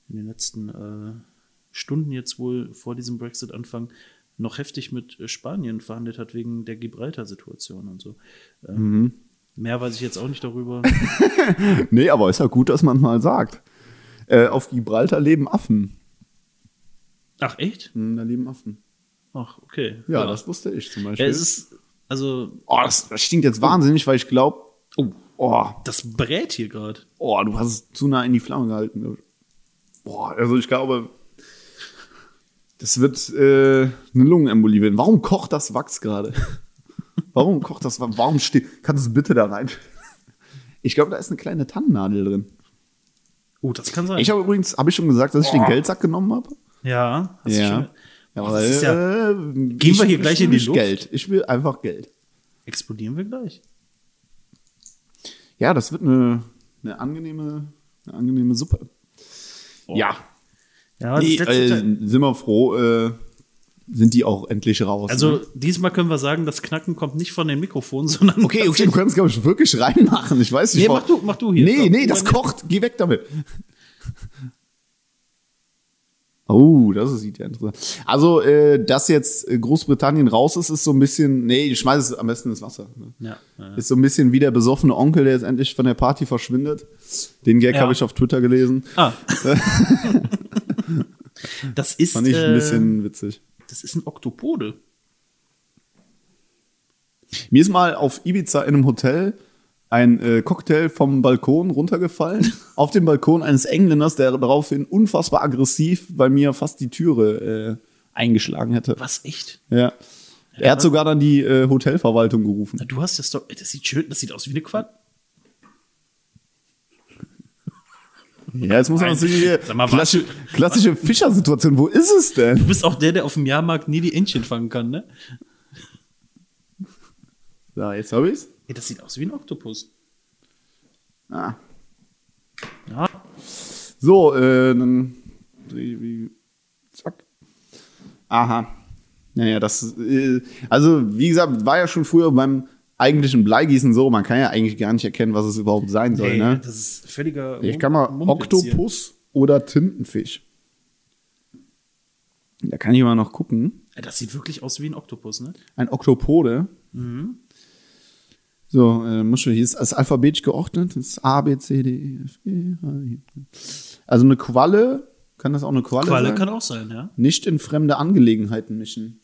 Speaker 2: in den letzten äh, Stunden jetzt wohl vor diesem Brexit-Anfang noch heftig mit äh, Spanien verhandelt hat wegen der Gibraltar-Situation und so. Ähm,
Speaker 1: Mhm.
Speaker 2: Mehr weiß ich jetzt auch
Speaker 1: *laughs*
Speaker 2: nicht darüber.
Speaker 1: Nee, aber ist ja gut, dass man mal sagt. Äh, auf Gibraltar leben Affen.
Speaker 2: Ach, echt?
Speaker 1: Hm, da leben Affen.
Speaker 2: Ach, okay.
Speaker 1: Ja, das wusste ich zum
Speaker 2: Ja,
Speaker 1: Beispiel.
Speaker 2: es ist, also,
Speaker 1: oh, das, das stinkt jetzt wahnsinnig, weil ich glaube,
Speaker 2: oh,
Speaker 1: oh,
Speaker 2: das brät hier gerade.
Speaker 1: oh, du hast es zu nah in die Flamme gehalten. glaub ich. Boah, also ich glaube, das wird äh, eine Lungenembolie werden. Warum kocht das Wachs gerade? *laughs* Warum kocht das Wachs? Warum steht. Kannst du es bitte da rein? Ich glaube, da ist eine kleine Tannennadel drin.
Speaker 2: Oh, das kann sein.
Speaker 1: Ich habe übrigens, habe ich schon gesagt, dass ich den Geldsack genommen habe?
Speaker 2: ja, hast du schon.
Speaker 1: Ja,
Speaker 2: Oh,
Speaker 1: weil,
Speaker 2: das ist ja,
Speaker 1: äh,
Speaker 2: wir
Speaker 1: ich-
Speaker 2: hier
Speaker 1: ich
Speaker 2: gleich
Speaker 1: will
Speaker 2: in die
Speaker 1: nicht
Speaker 2: Luft?
Speaker 1: Geld. Ich will einfach Geld.
Speaker 2: explodieren wir gleich.
Speaker 1: Ja, das wird eine, eine, angenehme, eine angenehme Suppe. Ja,
Speaker 2: Ja,
Speaker 1: nee,
Speaker 2: Also das letzte
Speaker 1: äh,
Speaker 2: Teil.
Speaker 1: sind wir froh, äh, sind die auch endlich raus. ne?
Speaker 2: Also diesmal können wir sagen, das Knacken kommt nicht von den Mikrofonen, *laughs* sondern
Speaker 1: okay, okay, du kannst, glaube ich, wirklich reinmachen. Ich weiß nicht.
Speaker 2: Nee,
Speaker 1: warum-
Speaker 2: mach du- mach du hier.
Speaker 1: Nee,
Speaker 2: Komm,
Speaker 1: nee, das
Speaker 2: übernimm.
Speaker 1: kocht. Geh weg damit. Oh, das sieht ja interessant. Also, äh, dass jetzt äh, Großbritannien raus ist, ist so ein bisschen, nee, ich schmeiß es am besten ins Wasser. Ne?
Speaker 2: Ja, ja.
Speaker 1: Ist so ein bisschen wie der besoffene Onkel, der jetzt endlich von der Party verschwindet. Den Gag
Speaker 2: Ja.
Speaker 1: habe ich auf Twitter gelesen.
Speaker 2: Ah. das
Speaker 1: *laughs*
Speaker 2: ist
Speaker 1: Fand ich ein
Speaker 2: äh,
Speaker 1: bisschen witzig.
Speaker 2: das ist ein Oktopode.
Speaker 1: Mir ist mal auf Ibiza in einem Hotel ein äh, Cocktail vom Balkon
Speaker 2: *laughs*
Speaker 1: runtergefallen. auf dem Balkon eines Engländers, der daraufhin unfassbar aggressiv bei mir fast die Türe äh, eingeschlagen hätte.
Speaker 2: Was echt?
Speaker 1: Ja. Er hat sogar dann die äh, Hotelverwaltung gerufen.
Speaker 2: Na, Du hast das doch das sieht schön, das sieht aus wie eine Quad.
Speaker 1: Ja, jetzt muss man
Speaker 2: Nein.
Speaker 1: natürlich hier
Speaker 2: Sag mal,
Speaker 1: klassische, klassische Fischersituation. Wo ist es denn?
Speaker 2: Du bist auch der, der auf dem Jahrmarkt nie die Entchen fangen kann, ne?
Speaker 1: Ja, jetzt habe ich's.
Speaker 2: Ey, das sieht aus wie ein Oktopus.
Speaker 1: Ah.
Speaker 2: Ja.
Speaker 1: So, äh, dann dreh ich wie. Zack. Aha. Naja, das. Äh, also, wie gesagt, war ja schon früher beim eigentlichen Bleigießen so. Man kann ja eigentlich gar nicht erkennen, was es überhaupt sein soll,
Speaker 2: Ey,
Speaker 1: ne?
Speaker 2: Das ist völliger
Speaker 1: Ich kann mal
Speaker 2: Mumpitz hier.
Speaker 1: Oktopus oder Tintenfisch. Da kann ich mal noch gucken.
Speaker 2: Ey, Das sieht wirklich aus wie ein Oktopus, ne?
Speaker 1: Ein Oktopode.
Speaker 2: Mhm.
Speaker 1: So, äh, Muschel, hier ist das alphabetisch geordnet. Das ist A, B, C, D, E, F, G, H, I. Also eine Qualle, kann das auch eine Qualle,
Speaker 2: Qualle
Speaker 1: sein?
Speaker 2: kann auch sein,
Speaker 1: *laughs*
Speaker 2: ja.
Speaker 1: Nicht in fremde Angelegenheiten mischen.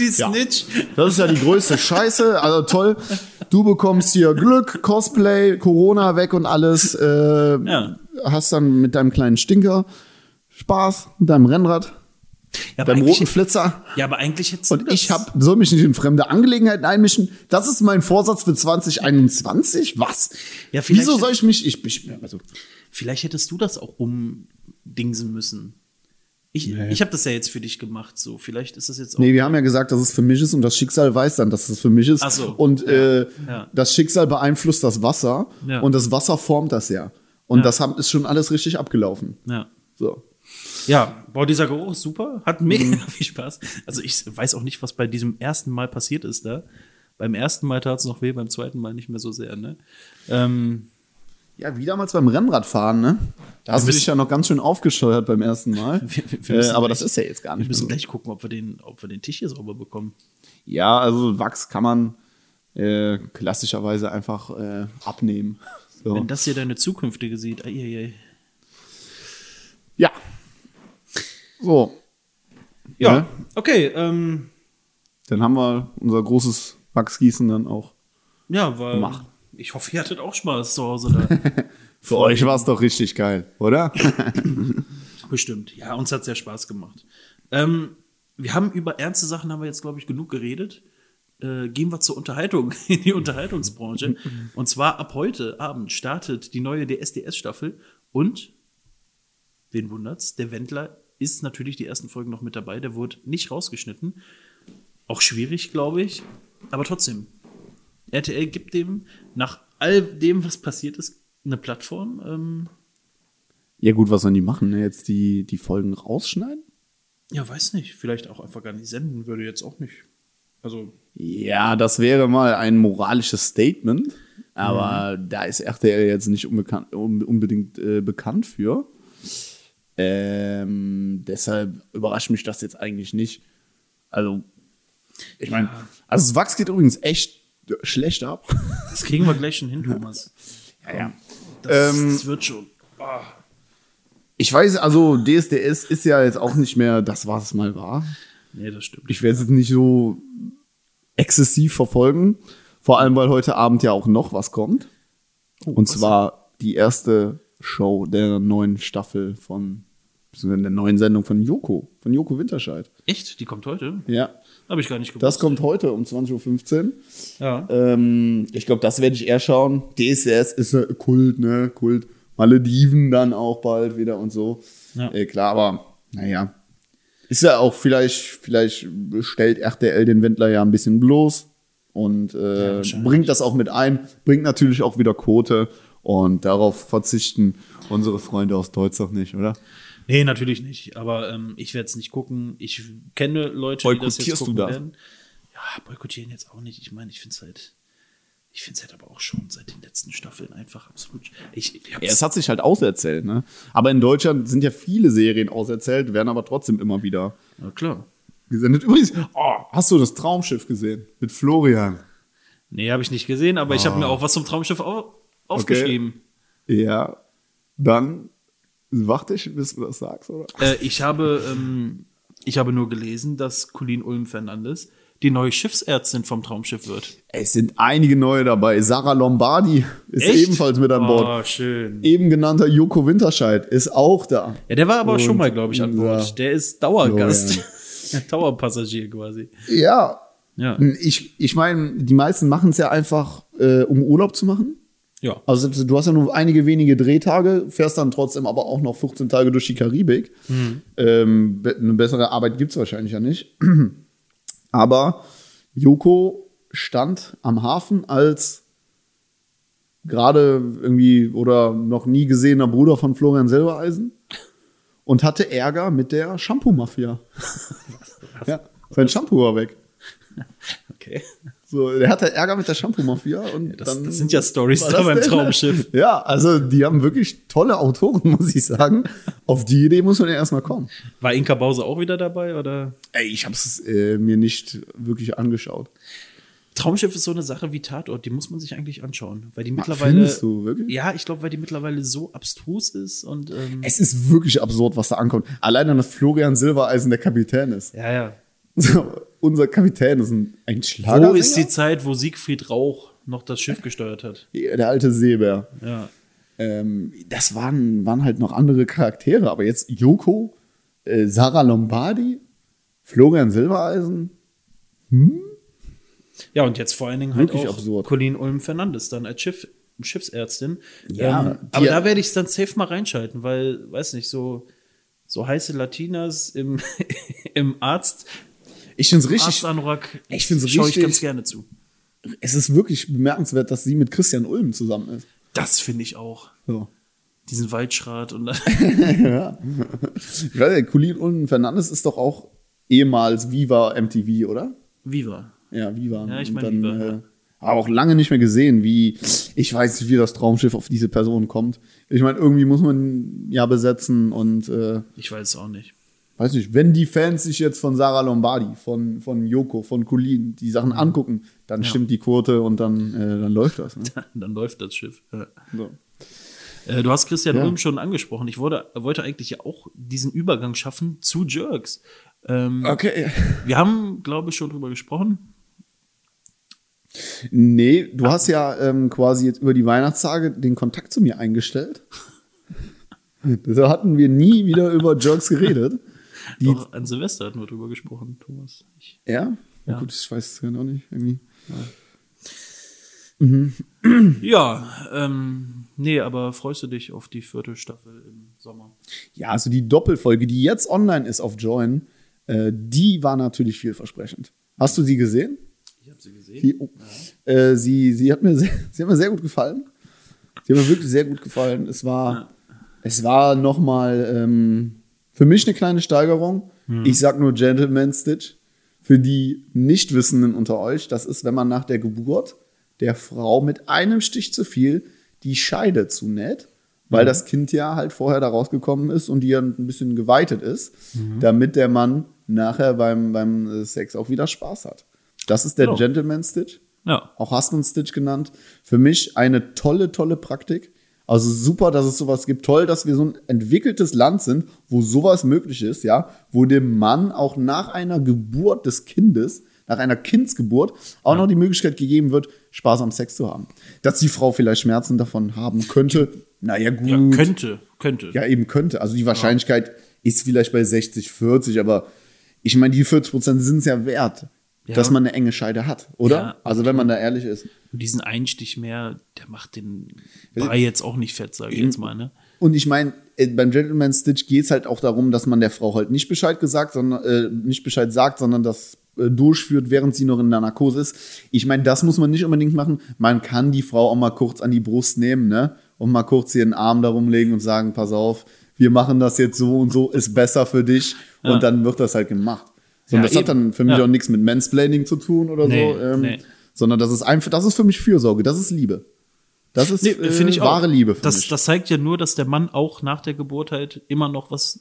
Speaker 2: die Snitch.
Speaker 1: Das ist ja die
Speaker 2: *laughs*
Speaker 1: größte Scheiße. Also toll, du bekommst hier Glück, Cosplay, Corona weg und alles. Äh,
Speaker 2: Ja.
Speaker 1: Hast dann mit deinem kleinen Stinker Spaß, mit deinem Rennrad.
Speaker 2: Ja, aber
Speaker 1: beim
Speaker 2: eigentlich-
Speaker 1: roten Flitzer.
Speaker 2: Ja, aber eigentlich hättest du
Speaker 1: Und
Speaker 2: das-
Speaker 1: ich hab, soll mich nicht in fremde Angelegenheiten einmischen. Das ist mein Vorsatz für 2021. Was?
Speaker 2: Ja, vielleicht-
Speaker 1: Wieso soll ich mich? Ich, ich also,
Speaker 2: Vielleicht hättest du das auch umdingsen müssen. Ich,
Speaker 1: Nee.
Speaker 2: ich habe das ja jetzt für dich gemacht, so. Vielleicht ist das jetzt auch.
Speaker 1: Nee, wir haben ja gesagt, dass es für mich ist und das Schicksal weiß dann, dass es für mich ist.
Speaker 2: Ach so.
Speaker 1: Und äh,
Speaker 2: Ja.
Speaker 1: das Schicksal beeinflusst das Wasser
Speaker 2: Ja.
Speaker 1: und das Wasser formt das ja. Und das haben, ist schon alles richtig abgelaufen.
Speaker 2: Ja.
Speaker 1: So.
Speaker 2: ja, boah, dieser Geruch ist super. Hat mega
Speaker 1: Mhm.
Speaker 2: *laughs* viel Spaß. Also, ich weiß auch nicht, was bei diesem ersten Mal passiert ist da. Beim ersten Mal tat es noch weh, beim zweiten Mal nicht mehr so sehr, ne? Ähm,
Speaker 1: Ja, wie damals beim Rennradfahren, ne? Da hast du
Speaker 2: müssen-
Speaker 1: dich ja noch ganz schön aufgescheuert beim ersten Mal.
Speaker 2: *laughs* Wir- wir- wir müssen
Speaker 1: äh, aber das
Speaker 2: gleich-
Speaker 1: ist ja jetzt gar
Speaker 2: wir
Speaker 1: nicht.
Speaker 2: müssen
Speaker 1: mehr so.
Speaker 2: gleich gucken, ob wir, den, ob wir den Tisch hier sauber bekommen.
Speaker 1: Ja, also Wachs kann man äh, klassischerweise einfach äh, abnehmen. *laughs* So.
Speaker 2: Wenn das hier deine zukünftige sieht, ai, ai, ai.
Speaker 1: Ja. So,
Speaker 2: Ja,
Speaker 1: Ja.
Speaker 2: okay. Ähm,
Speaker 1: dann haben wir unser großes Wachsgießen dann auch.
Speaker 2: ja, weil.
Speaker 1: Mach.
Speaker 2: Ich hoffe, ihr hattet auch Spaß zu Hause da.
Speaker 1: Für euch war es doch richtig geil,
Speaker 2: *laughs*
Speaker 1: oder?
Speaker 2: Bestimmt. Ja, uns hat sehr Spaß gemacht. Ähm, wir haben über ernste Sachen haben wir jetzt, glaube ich, genug geredet. Äh, gehen wir zur Unterhaltung, *laughs* in die Unterhaltungsbranche. Und zwar ab heute Abend startet die neue DSDS-Staffel und wen wundert's? Der Wendler ist natürlich die ersten Folgen noch mit dabei. Der wurde nicht rausgeschnitten. Auch schwierig, glaube ich. Aber trotzdem, RTL gibt dem, nach all dem, was passiert ist, eine Plattform. Ähm,
Speaker 1: Ja, gut, was sollen die machen? ne? Jetzt die, die Folgen rausschneiden?
Speaker 2: Ja, weiß nicht. Vielleicht auch einfach gar nicht senden würde jetzt auch nicht. Also,
Speaker 1: Ja, das wäre mal ein moralisches Statement. Aber da ist RTL jetzt nicht unbekannt, un, unbedingt äh, bekannt für. Ähm, deshalb überrascht mich das jetzt eigentlich nicht. Also, ich meine, also das Wachs geht übrigens echt schlecht ab.
Speaker 2: das kriegen wir gleich *laughs* schon hin, Thomas.
Speaker 1: Ja, ja.
Speaker 2: Das,
Speaker 1: Ähm,
Speaker 2: das wird schon. Ah.
Speaker 1: Ich weiß, also DSDS ist ja jetzt auch nicht mehr das, was es mal war.
Speaker 2: Nee, das stimmt.
Speaker 1: ich werde es jetzt nicht so exzessiv verfolgen. Vor allem, weil heute Abend ja auch noch was kommt. und zwar die erste Show der neuen Staffel von, beziehungsweise der neuen Sendung von Joko, von Joko Winterscheid.
Speaker 2: Echt? Die kommt heute?
Speaker 1: Ja,
Speaker 2: Habe ich gar nicht gewusst.
Speaker 1: das kommt heute um 20.15 Uhr.
Speaker 2: Ja.
Speaker 1: Ähm, ich glaube, das werde ich eher schauen. DSDS ist äh, Kult, ne? Kult. Malediven dann auch bald wieder und so.
Speaker 2: Ja.
Speaker 1: Äh, klar, aber naja. Ist ja auch vielleicht, vielleicht stellt RTL den Wendler ja ein bisschen bloß und äh,
Speaker 2: wahrscheinlich.
Speaker 1: bringt das auch mit ein, bringt natürlich auch wieder Quote und darauf verzichten unsere Freunde aus Deutschland nicht, oder?
Speaker 2: Nee, natürlich nicht. Aber ähm, ich werde es nicht gucken. Ich kenne Leute, die das
Speaker 1: Boykottierst
Speaker 2: jetzt
Speaker 1: du
Speaker 2: gucken
Speaker 1: das?
Speaker 2: werden. Ja, boykottieren jetzt auch nicht. Ich meine, ich finde es halt. Ich finde es halt aber auch schon seit den letzten Staffeln einfach absolut. Ich, ich
Speaker 1: Ja, es hat sich halt auserzählt, ne? Aber in Deutschland sind ja viele Serien auserzählt, werden aber trotzdem immer wieder
Speaker 2: Na klar.
Speaker 1: gesendet. Übrigens, oh, hast du das Traumschiff gesehen? Mit Florian.
Speaker 2: Nee, habe ich nicht gesehen, aber
Speaker 1: Ah.
Speaker 2: ich habe mir auch was zum Traumschiff au aufgeschrieben.
Speaker 1: Ja. Dann warte ich, bis du das sagst, oder?
Speaker 2: Äh, ich, habe, ähm, ich habe nur gelesen, dass Colleen Ulm Fernandes die neue Schiffsärztin vom Traumschiff wird.
Speaker 1: Es sind einige neue dabei. Sarah Lombardi ist
Speaker 2: Echt?
Speaker 1: ebenfalls mit an Bord.
Speaker 2: Oh, schön.
Speaker 1: Eben genannter Joko Winterscheid ist auch da.
Speaker 2: Ja, der war aber
Speaker 1: Und-
Speaker 2: schon mal, glaube ich, an Bord.
Speaker 1: Ja.
Speaker 2: Der ist Dauergast. *laughs* Dauerpassagier quasi.
Speaker 1: Ja.
Speaker 2: Ja.
Speaker 1: Ich, ich meine, die meisten machen es ja einfach, äh, um Urlaub zu machen.
Speaker 2: Ja.
Speaker 1: Also selbst du hast ja nur einige wenige Drehtage, fährst dann trotzdem aber auch noch 14 Tage durch die Karibik.
Speaker 2: Mhm.
Speaker 1: Ähm, be eine bessere Arbeit gibt es wahrscheinlich ja nicht. *clears throat* Aber Joko stand am Hafen als gerade irgendwie oder noch nie gesehener Bruder von Florian Silbereisen und hatte Ärger mit der
Speaker 2: *laughs*
Speaker 1: Shampoo-Mafia. ja, sein Shampoo war weg.
Speaker 2: Okay.
Speaker 1: So, er hatte Ärger mit der Shampoo-Mafia und
Speaker 2: Das,
Speaker 1: dann
Speaker 2: das sind ja Stories
Speaker 1: war
Speaker 2: da
Speaker 1: das
Speaker 2: beim
Speaker 1: denn?
Speaker 2: Traumschiff.
Speaker 1: Ja, also die haben wirklich tolle Autoren, *laughs* muss ich sagen. Auf die Idee muss man ja erstmal kommen.
Speaker 2: War Inka Bause auch wieder dabei oder?
Speaker 1: Ey, ich habe es äh, mir nicht wirklich angeschaut.
Speaker 2: Traumschiff ist so eine Sache wie Tatort, die muss man sich eigentlich anschauen, weil die mittlerweile
Speaker 1: findest du wirklich?
Speaker 2: Ja, ich glaube, weil die mittlerweile so abstrus ist und ähm,
Speaker 1: Es ist wirklich absurd, was da ankommt. Allein dann, dass Florian Silbereisen der Kapitän ist. *laughs*
Speaker 2: ja, ja.
Speaker 1: So, Unser Kapitän ist ein, ein
Speaker 2: Wo
Speaker 1: Schlager.
Speaker 2: ist die Zeit, wo Siegfried Rauch noch das Schiff gesteuert hat?
Speaker 1: Der alte Seebär.
Speaker 2: Ja.
Speaker 1: Ähm, das waren, waren halt noch andere Charaktere, aber jetzt Joko, äh, Sarah Lombardi, Florian Silbereisen?
Speaker 2: Ja, und jetzt vor allen Dingen halt
Speaker 1: Wirklich
Speaker 2: auch
Speaker 1: absurd.
Speaker 2: Colleen Ulm Fernandes dann als Schiff, Schiffsärztin.
Speaker 1: Ja,
Speaker 2: ähm,
Speaker 1: die-
Speaker 2: aber da werde ich dann safe mal reinschalten, weil, weiß nicht, so, so heiße Latinas im, *laughs* im Arzt,
Speaker 1: Ich finde es richtig,
Speaker 2: Arztanorak
Speaker 1: Ich find's
Speaker 2: schaue ich
Speaker 1: richtig-
Speaker 2: ganz gerne zu.
Speaker 1: es ist wirklich bemerkenswert, dass sie mit Christian Ulm zusammen ist.
Speaker 2: Das finde ich auch.
Speaker 1: So.
Speaker 2: Diesen Waldschrat und *laughs*
Speaker 1: Ich weiß nicht, Colin Ulm Fernandes ist doch auch ehemals Viva MTV, oder?
Speaker 2: Viva.
Speaker 1: Ja, Viva.
Speaker 2: Ja, ich
Speaker 1: Und
Speaker 2: mein
Speaker 1: dann,
Speaker 2: Viva, ja.
Speaker 1: äh, Aber auch lange nicht mehr gesehen, wie, ich weiß nicht, wie das Traumschiff auf diese Person kommt. Ich meine, irgendwie muss man ja besetzen und äh,
Speaker 2: Ich weiß es auch nicht. *laughs*
Speaker 1: weiß nicht, wenn die Fans sich jetzt von Sarah Lombardi, von, von Joko, von Colin die
Speaker 2: Mhm.
Speaker 1: Sachen angucken, dann stimmt die Quote und dann, äh, dann läuft das. Ne?
Speaker 2: Dann läuft das Schiff. Ja.
Speaker 1: So.
Speaker 2: Äh, du hast Christian Ulm schon angesprochen. Ich wurde, wollte eigentlich ja auch diesen Übergang schaffen zu Jerks. Ähm,
Speaker 1: Okay.
Speaker 2: Wir haben, glaube ich, schon drüber gesprochen.
Speaker 1: Nee, du hast ja ähm, quasi jetzt über die Weihnachtstage den Kontakt zu mir eingestellt. So hatten wir nie wieder über Jerks geredet. Die,
Speaker 2: Doch, an Silvester hatten wir drüber gesprochen, Thomas. Ich,
Speaker 1: Ja?
Speaker 2: Ja.
Speaker 1: ja? Gut, ich weiß es gar nicht. Irgendwie.
Speaker 2: ja, ähm, nee, aber freust du dich auf die vierte Staffel im Sommer?
Speaker 1: Ja, also die Doppelfolge, die jetzt online ist auf Join, äh, die war natürlich vielversprechend. Hast du sie gesehen?
Speaker 2: Ich habe sie gesehen.
Speaker 1: Die, oh, äh, sie, sie, hat mir sehr, *laughs* sie hat mir sehr gut gefallen. Sie hat mir wirklich sehr gut gefallen. Es war, es war nochmal ähm, für mich eine kleine Steigerung. Ich sag nur Gentleman Stitch. Für die Nichtwissenden unter euch, das ist, wenn man nach der Geburt der Frau mit einem Stich zu viel die Scheide zunäht, weil das Kind ja halt vorher da rausgekommen ist und die ja ein bisschen geweitet ist, damit der Mann nachher beim, beim äh, Sex auch wieder Spaß hat. Das ist der
Speaker 2: Oh.
Speaker 1: Gentleman Stitch
Speaker 2: Ja,
Speaker 1: auch Husband Stitch genannt. Für mich eine tolle, tolle Praktik. Also super, dass es sowas gibt. Toll, dass wir so ein entwickeltes Land sind, wo sowas möglich ist, ja, wo dem Mann auch nach einer Geburt des Kindes, nach einer Kindsgeburt, auch noch die Möglichkeit gegeben wird, Spaß am Sex zu haben. Dass die Frau vielleicht Schmerzen davon haben könnte, naja, gut.
Speaker 2: ja könnte, könnte.
Speaker 1: Ja, eben könnte. Also die Wahrscheinlichkeit ist vielleicht bei 60, 40, aber ich meine, die 40 Prozent sind es ja wert,
Speaker 2: Ja.
Speaker 1: dass man eine enge Scheide hat, oder?
Speaker 2: Ja.
Speaker 1: Also wenn man da ehrlich ist.
Speaker 2: Nur diesen Einstich mehr, der macht den Brei jetzt auch nicht fett, sage ich jetzt mal. Ne?
Speaker 1: Und ich meine, äh, beim Gentleman Stitch geht es halt auch darum, dass man der Frau halt nicht Bescheid gesagt, sondern äh, nicht Bescheid sagt, sondern das äh, durchführt, während sie noch in der Narkose ist. Ich meine, das muss man nicht unbedingt machen. Man kann die Frau auch mal kurz an die Brust nehmen, ne? Und mal kurz ihren Arm darum legen und sagen, pass auf, wir machen das jetzt so und so, ist besser für dich.
Speaker 2: Ja.
Speaker 1: Und dann wird das halt gemacht. So, und
Speaker 2: Ja,
Speaker 1: das
Speaker 2: eben.
Speaker 1: hat dann für mich
Speaker 2: Ja.
Speaker 1: auch nichts mit Mansplaining zu tun oder
Speaker 2: Nee,
Speaker 1: so. Ähm,
Speaker 2: nee.
Speaker 1: Sondern das ist einfach, das ist für mich Fürsorge, das ist Liebe. Das ist
Speaker 2: Nee, finde ich
Speaker 1: äh,
Speaker 2: auch.
Speaker 1: wahre Liebe für mich.
Speaker 2: das, das zeigt ja nur, dass der Mann auch nach der Geburt halt immer noch was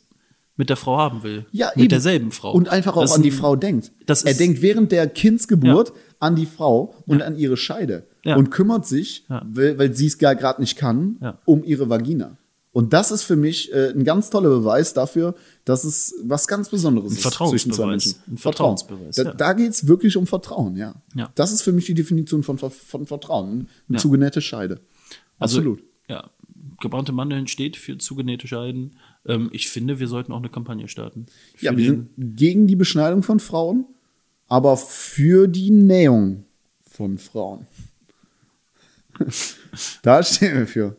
Speaker 2: mit der Frau haben will.
Speaker 1: Ja,
Speaker 2: mit
Speaker 1: eben.
Speaker 2: derselben Frau.
Speaker 1: Und einfach
Speaker 2: Das
Speaker 1: auch
Speaker 2: ist
Speaker 1: an die
Speaker 2: ein-
Speaker 1: Frau denkt.
Speaker 2: das
Speaker 1: er
Speaker 2: ist-
Speaker 1: denkt während der Kindsgeburt an die Frau und an ihre Scheide
Speaker 2: Ja.
Speaker 1: und kümmert sich,
Speaker 2: Ja.
Speaker 1: weil, weil sie es gar gerade nicht kann,
Speaker 2: Ja.
Speaker 1: um ihre Vagina. Und das ist für mich äh, ein ganz toller Beweis dafür, dass es was ganz Besonderes ist zwischen zwei
Speaker 2: Vertrauensbeweis.
Speaker 1: Menschen.
Speaker 2: Ein
Speaker 1: Vertrauen.
Speaker 2: Vertrauensbeweis,
Speaker 1: Da,
Speaker 2: ja.
Speaker 1: da geht es wirklich um Vertrauen, ja.
Speaker 2: Ja.
Speaker 1: Das ist für mich die Definition von, Ver- von Vertrauen. Eine
Speaker 2: Ja.
Speaker 1: zugenähte Scheide.
Speaker 2: Also,
Speaker 1: Absolut.
Speaker 2: Ja, gebrannte Mandeln steht für zugenähte Scheiden. Ähm, ich finde, wir sollten auch eine Kampagne starten. Für
Speaker 1: ja, wir
Speaker 2: den-
Speaker 1: sind gegen die Beschneidung von Frauen, aber für die Nähung von Frauen. *laughs* da stehen wir für.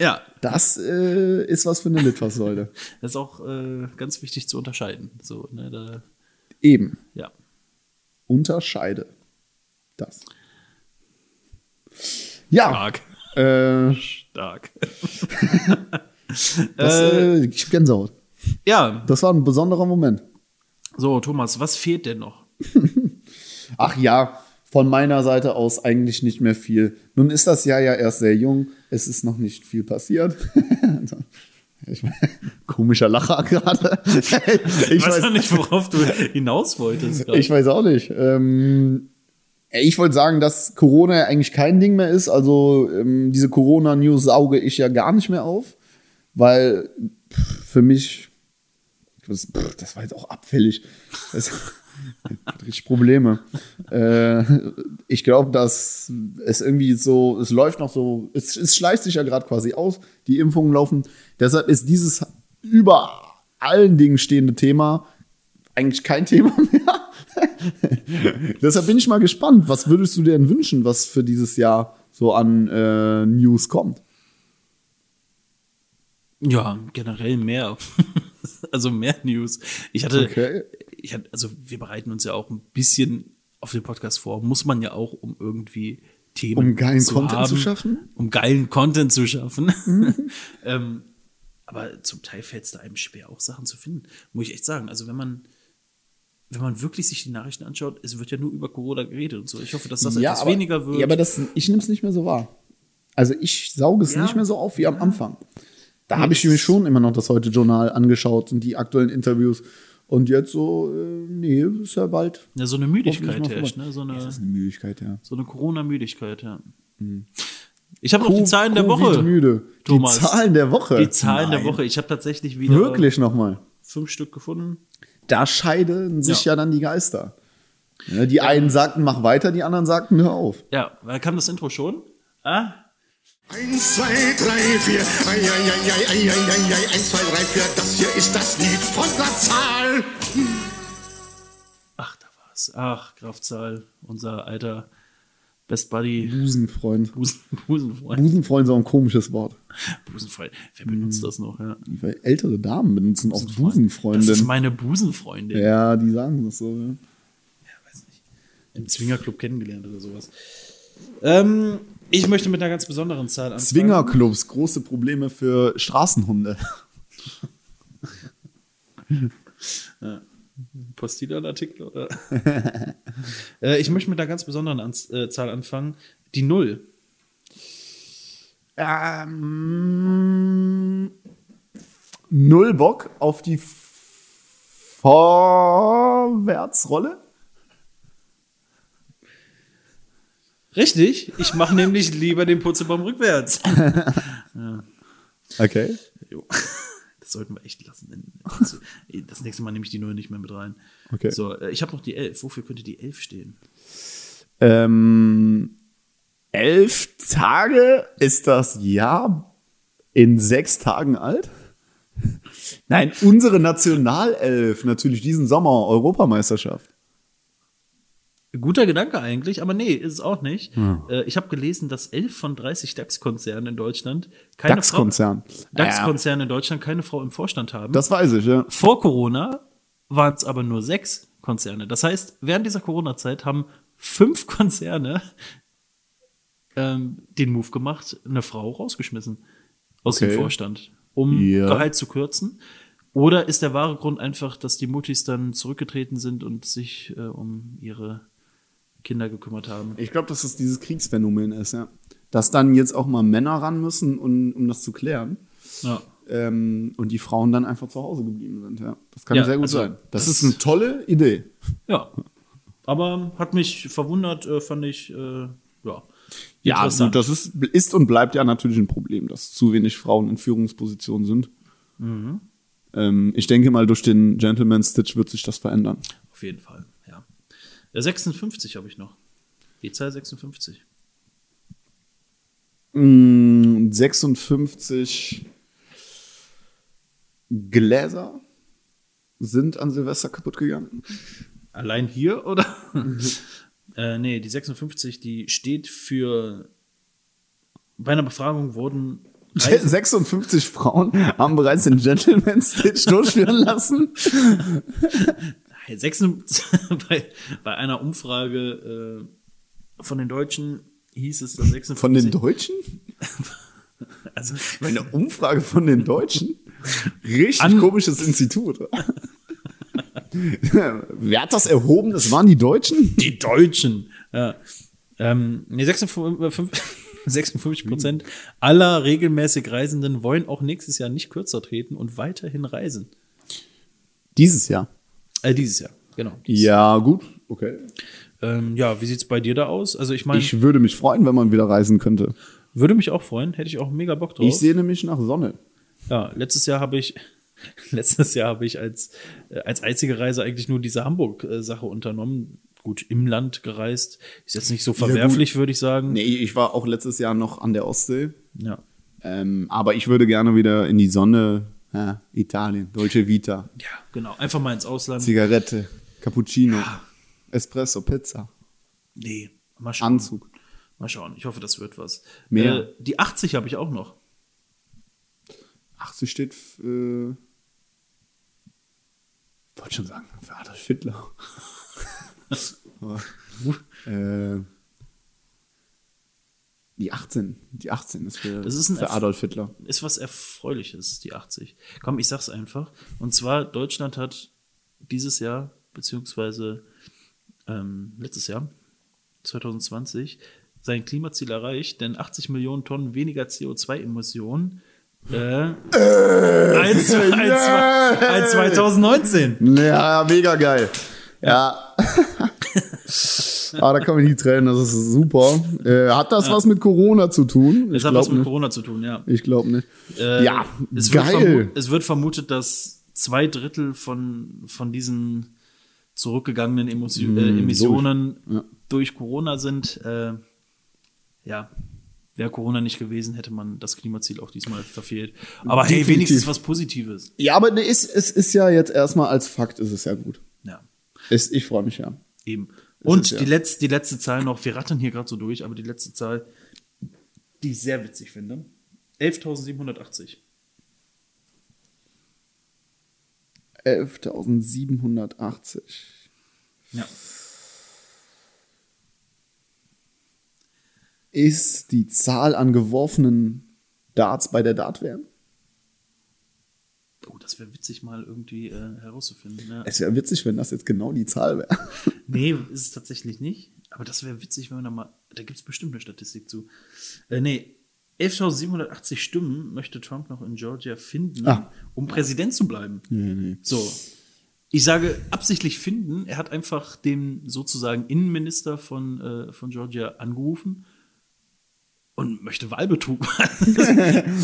Speaker 2: ja
Speaker 1: Das äh, ist was für eine Litfaßsäule.
Speaker 2: das ist auch äh, ganz wichtig zu unterscheiden. So, ne, da,
Speaker 1: Eben.
Speaker 2: ja.
Speaker 1: Unterscheide. Das. Ja.
Speaker 2: Stark.
Speaker 1: Äh,
Speaker 2: Stark.
Speaker 1: das, äh, ich hab Gänsehaut.
Speaker 2: Ja,
Speaker 1: Das war ein besonderer Moment.
Speaker 2: so, Thomas, was fehlt denn noch?
Speaker 1: Ach ja, von meiner Seite aus eigentlich nicht mehr viel. Nun ist das Jahr ja erst sehr jung. Es ist noch nicht viel passiert. *laughs* ich mein, komischer Lacher gerade. ich,
Speaker 2: Ich weiß
Speaker 1: weiß,
Speaker 2: ja nicht, worauf du
Speaker 1: *laughs*
Speaker 2: hinaus wolltest. gerade.
Speaker 1: ich weiß auch nicht. Ähm, ich wollte sagen, dass Corona ja eigentlich kein Ding mehr ist. Also ähm, diese Corona-News sauge ich ja gar nicht mehr auf, weil pff, für mich, das, pff, das war jetzt auch abfällig. Das *laughs* hat richtig Probleme. Äh, ich glaube, dass es irgendwie so, es läuft noch so, es, es schleicht sich ja gerade quasi aus, die Impfungen laufen. Deshalb ist dieses über allen Dingen stehende Thema eigentlich kein Thema *laughs* mehr. Deshalb bin ich mal gespannt. Was würdest du dir denn wünschen, was für dieses Jahr so an äh, News kommt?
Speaker 2: Ja, generell mehr. *laughs* also mehr News. Ich hatte,
Speaker 1: Okay.
Speaker 2: ich hatte, also wir bereiten uns ja auch ein bisschen auf den Podcast vor. Muss man ja auch, um irgendwie Themen
Speaker 1: Um geilen
Speaker 2: zu
Speaker 1: Content
Speaker 2: haben,
Speaker 1: zu schaffen? Mhm.
Speaker 2: Um geilen Content zu schaffen. *laughs* ähm, aber zum Teil fällt es da einem schwer, auch Sachen zu finden. Muss ich echt sagen. Also wenn man wenn man wirklich sich die Nachrichten anschaut, es wird ja nur über Corona geredet und so. Ich hoffe, dass das Also etwas
Speaker 1: aber,
Speaker 2: weniger wird.
Speaker 1: Ja, aber das, ich nehme es nicht mehr so wahr. Also ich sauge es
Speaker 2: Ja. Hm.
Speaker 1: nicht mehr so auf wie am Anfang. Da
Speaker 2: Nee,
Speaker 1: habe ich
Speaker 2: das-
Speaker 1: mir schon immer noch das Heute-Journal angeschaut und die aktuellen Interviews. Und jetzt so, äh, nee, ist ja bald.
Speaker 2: ja, so eine
Speaker 1: hoffentlich
Speaker 2: Müdigkeit
Speaker 1: mal
Speaker 2: herrscht,
Speaker 1: vorbei.
Speaker 2: ne? So eine,
Speaker 1: Ja, das ist eine Müdigkeit, ja.
Speaker 2: So eine Corona-Müdigkeit, ja. Ich habe noch die Zahlen der Woche.
Speaker 1: Müde.
Speaker 2: Thomas.
Speaker 1: Mhm. Die Zahlen der Woche.
Speaker 2: Die Zahlen der
Speaker 1: Nein.
Speaker 2: Woche. Ich habe tatsächlich wieder
Speaker 1: Wirklich nochmal.
Speaker 2: fünf Stück gefunden.
Speaker 1: Da scheiden sich ja, dann die Geister. Ne, die einen sagten, mach weiter, die anderen sagten, hör auf.
Speaker 2: Ja, da kam das Intro schon. Ah,
Speaker 3: Eins, zwei, drei, vier. Ei, ei, ei, ei, ei, ei, ei, ei. Eins, zwei, drei, vier. Das hier ist das Lied von der Zahl.
Speaker 2: ach, da war's. Ach, Kraftzahl, unser alter Best Buddy,
Speaker 1: Busenfreund.
Speaker 2: Busen, Busenfreund.
Speaker 1: Busenfreund ist auch ein komisches Wort.
Speaker 2: Busenfreund. Wer benutzt das noch? Ja.
Speaker 1: Weil ältere Damen benutzen Mhm. auch Busenfreundin.
Speaker 2: Das ist meine Busenfreundin.
Speaker 1: ja, die sagen das so. ja.
Speaker 2: weiß nicht, im Zwingerclub kennengelernt oder sowas. Ähm, ich möchte mit einer ganz besonderen Zahl anfangen.
Speaker 1: Zwingerclubs, große Probleme für Straßenhunde.
Speaker 2: Postillon-Artikel oder? *laughs* äh, ich möchte mit einer ganz besonderen Anz äh, Zahl anfangen. Die Null.
Speaker 1: Ähm, null Bock auf die Vorwärtsrolle?
Speaker 2: Richtig, ich *laughs* mache nämlich lieber den Purzelbaum rückwärts.
Speaker 1: Okay.
Speaker 2: Jo. Das sollten wir echt lassen. Also, Das nächste Mal nehme ich die Null nicht mehr mit rein.
Speaker 1: Okay.
Speaker 2: So, äh, ich habe noch die Elf. Wofür könnte die Elf stehen?
Speaker 1: Ähm, elf Tage ist das Jahr in sechs Tagen alt? Nein, unsere Nationalelf, natürlich diesen Sommer, Europameisterschaft.
Speaker 2: Guter Gedanke eigentlich, aber nee, ist es auch nicht. Äh, Ich habe gelesen, dass elf von 30 DAX-Konzernen in Deutschland keine
Speaker 1: DAX-Konzern.
Speaker 2: Frau- DAX-Konzerne in Deutschland keine Frau im Vorstand haben.
Speaker 1: Das weiß ich, ja.
Speaker 2: Vor Corona waren es aber nur sechs Konzerne. Das heißt, während dieser Corona-Zeit haben fünf *laughs* Konzerne ähm, den Move gemacht, eine Frau rausgeschmissen aus dem
Speaker 1: Okay.
Speaker 2: Vorstand, um
Speaker 1: Ja.
Speaker 2: Gehalt zu kürzen. Oder ist der wahre Grund einfach, dass die Muttis dann zurückgetreten sind und sich äh, um ihre Kinder gekümmert haben?
Speaker 1: Ich glaube, dass das dieses Kriegsphänomen ist, ja. Dass dann jetzt auch mal Männer ran müssen, um, um das zu klären.
Speaker 2: Ja.
Speaker 1: Ähm, und die Frauen dann einfach zu Hause geblieben sind, ja. Das kann
Speaker 2: Ja,
Speaker 1: sehr gut
Speaker 2: also,
Speaker 1: sein. Das,
Speaker 2: das-
Speaker 1: ist eine tolle Idee.
Speaker 2: ja. Aber hat mich verwundert, äh, fand ich, äh, ja.
Speaker 1: gut, das ist, ist und bleibt ja natürlich ein Problem, dass zu wenig Frauen in Führungspositionen sind.
Speaker 2: Mhm.
Speaker 1: Ähm, ich denke mal, durch den Gentleman Stitch wird sich das verändern.
Speaker 2: Auf jeden Fall, ja. Äh, 56 habe ich noch. Die Zahl 56.
Speaker 1: Mm, 56 Gläser sind an Silvester kaputt gegangen.
Speaker 2: Allein
Speaker 1: *laughs*
Speaker 2: hier, oder? äh, nee, die 56, die steht für. Bei einer Befragung wurden.
Speaker 1: *laughs*
Speaker 2: *laughs*
Speaker 1: Ge-
Speaker 2: Reisen,
Speaker 1: 56 Frauen haben bereits den Gentleman Stitch durchführen lassen.
Speaker 2: 56 *laughs* bei, bei einer Umfrage äh, von den Deutschen hieß es, dass 56.
Speaker 1: Von den Deutschen?
Speaker 2: *laughs* Also,
Speaker 1: Eine Umfrage von den Deutschen? Richtig
Speaker 2: An-
Speaker 1: komisches Institut. Wer hat das erhoben? Das waren die Deutschen?
Speaker 2: die Deutschen. Ja. Ähm, nee, 56, *laughs* 56 Prozent aller regelmäßig Reisenden wollen auch nächstes Jahr nicht kürzer treten und weiterhin reisen.
Speaker 1: Dieses Jahr.
Speaker 2: Äh, dieses Jahr, genau.
Speaker 1: Ja, gut. Okay.
Speaker 2: Ähm, ja, wie sieht's bei dir da aus? Also ich meine,
Speaker 1: Ich würde mich freuen, wenn man wieder reisen könnte.
Speaker 2: würde mich auch freuen, hätte ich auch mega Bock drauf.
Speaker 1: Ich sehne mich nach Sonne.
Speaker 2: ja, letztes Jahr habe ich *laughs* letztes Jahr habe ich als äh, als einzige Reise eigentlich nur diese Hamburg äh, Sache unternommen. Gut, im Land gereist. Ist jetzt nicht so verwerflich, würde ich sagen.
Speaker 1: Nee, ich war auch letztes Jahr noch an der Ostsee.
Speaker 2: Ja.
Speaker 1: Ähm, aber ich würde gerne wieder in die Sonne Ja, Italien, Deutsche Vita,
Speaker 2: Ja, genau. Einfach mal ins Ausland.
Speaker 1: Zigarette, Cappuccino, Espresso, Pizza,
Speaker 2: nee, mal schauen.
Speaker 1: Anzug.
Speaker 2: Mal schauen. Ich hoffe, das wird was.
Speaker 1: Mehr.
Speaker 2: Äh, die 80 habe ich auch noch.
Speaker 1: 80 steht, f- äh, wollte schon sagen, für Adolf
Speaker 2: *laughs*
Speaker 1: Hitler. Aber, äh, die 18, die 18 ist für,
Speaker 2: Das ist ein
Speaker 1: für
Speaker 2: Erf-
Speaker 1: Adolf Hitler.
Speaker 2: Ist was Erfreuliches, die 80. Komm, ich sag's einfach. Und zwar, Deutschland hat dieses Jahr, beziehungsweise ähm, letztes Jahr, 2020, sein Klimaziel erreicht, denn 80 Millionen Tonnen weniger CO2-Emissionen äh, als, als, als 2019.
Speaker 1: Ja, mega geil. Ja. *laughs* ah, da kommen die Tränen, das ist super. Äh, hat das was mit Corona zu tun?
Speaker 2: Das
Speaker 1: Ich
Speaker 2: hat was
Speaker 1: glaube
Speaker 2: mit
Speaker 1: nicht.
Speaker 2: Corona zu tun, ja.
Speaker 1: Ich glaube nicht.
Speaker 2: Äh,
Speaker 1: ja,
Speaker 2: es Wird vermu-
Speaker 1: geil.
Speaker 2: es wird vermutet, dass zwei Drittel von, von diesen zurückgegangenen Emos- äh, Emissionen durch,
Speaker 1: Mm, Ja.
Speaker 2: Corona sind. Äh, ja, wäre Corona nicht gewesen, hätte man das Klimaziel auch diesmal verfehlt. Aber hey,
Speaker 1: Definitiv.
Speaker 2: wenigstens was Positives.
Speaker 1: Ja, aber ne, ist, es ist ja jetzt erstmal als Fakt, ist es ja gut.
Speaker 2: Ja,
Speaker 1: Ist, ich freue mich ja.
Speaker 2: eben.
Speaker 1: Das
Speaker 2: Und
Speaker 1: ist ja-
Speaker 2: die, letzte, die letzte Zahl noch, wir rattern hier gerade so durch, aber die letzte Zahl, die ich sehr witzig finde. 11.780.
Speaker 1: 11.780.
Speaker 2: Ja.
Speaker 1: Ist die Zahl an geworfenen Darts bei der Dartwehr?
Speaker 2: Oh, das wäre witzig, mal irgendwie äh, herauszufinden. Ja.
Speaker 1: Es wäre witzig, wenn das jetzt genau die Zahl wäre.
Speaker 2: Nee, ist es tatsächlich nicht. Aber das wäre witzig, wenn wir da mal. Da gibt es bestimmt eine Statistik zu. Äh, nee, 11.780 Stimmen möchte Trump noch in Georgia finden,
Speaker 1: Ah.
Speaker 2: um Präsident zu bleiben. So. Ich sage absichtlich finden. Er hat einfach den sozusagen Innenminister von, äh, von Georgia angerufen und möchte
Speaker 1: *laughs*
Speaker 2: Wahlbetrug *laughs* machen.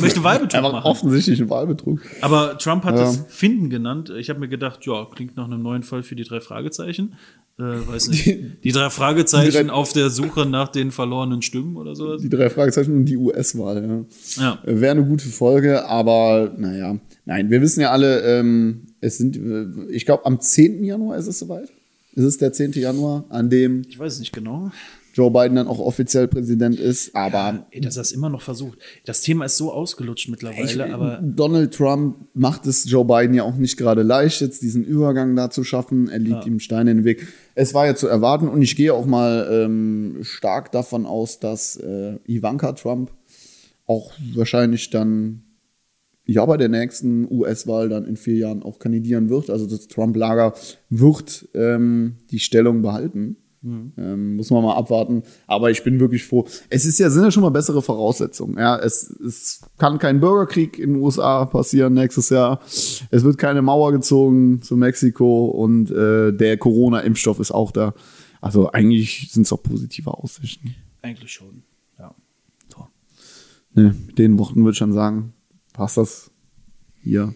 Speaker 2: möchte Wahlbetrug
Speaker 1: Er war
Speaker 2: machen.
Speaker 1: offensichtlich ein Wahlbetrug.
Speaker 2: Aber Trump hat
Speaker 1: Ja.
Speaker 2: das Finden genannt. Ich habe mir gedacht, ja, klingt nach einem neuen Fall für die drei Fragezeichen. Äh, weiß nicht. Die,
Speaker 1: Die-
Speaker 2: drei Fragezeichen
Speaker 1: die drei-
Speaker 2: auf der Suche nach den verlorenen Stimmen oder sowas.
Speaker 1: Die drei Fragezeichen und die US-Wahl. Ja.
Speaker 2: Ja.
Speaker 1: Wäre eine gute Folge, aber naja. Nein, wir wissen ja alle, ähm, es sind, äh, ich glaube, am 10. Januar ist es soweit. Es ist der 10. Januar, an dem
Speaker 2: Ich weiß es nicht genau.
Speaker 1: Joe Biden dann auch offiziell Präsident ist, aber
Speaker 2: Ey, dass er es immer noch versucht. Das Thema ist so ausgelutscht mittlerweile,
Speaker 1: ich,
Speaker 2: aber
Speaker 1: Donald Trump macht es Joe Biden ja auch nicht gerade leicht, jetzt diesen Übergang da zu schaffen. Er legt ihm Steine in den Weg. Es war ja zu erwarten und ich gehe auch mal ähm, stark davon aus, dass äh, Ivanka Trump auch wahrscheinlich dann ja bei der nächsten US-Wahl dann in vier Jahren auch kandidieren wird. Also das Trump-Lager wird ähm, die Stellung behalten. Ähm, muss man mal abwarten. Aber ich bin wirklich froh. Es ist ja, sind ja schon mal bessere Voraussetzungen. Ja, es, es kann kein Bürgerkrieg in den USA passieren nächstes Jahr. Es wird keine Mauer gezogen zu Mexiko und äh, der Corona-Impfstoff ist auch da. Also eigentlich sind es auch positive Aussichten.
Speaker 2: eigentlich schon. Ja. So.
Speaker 1: Ne, mit den Worten würde ich schon sagen, passt das hier.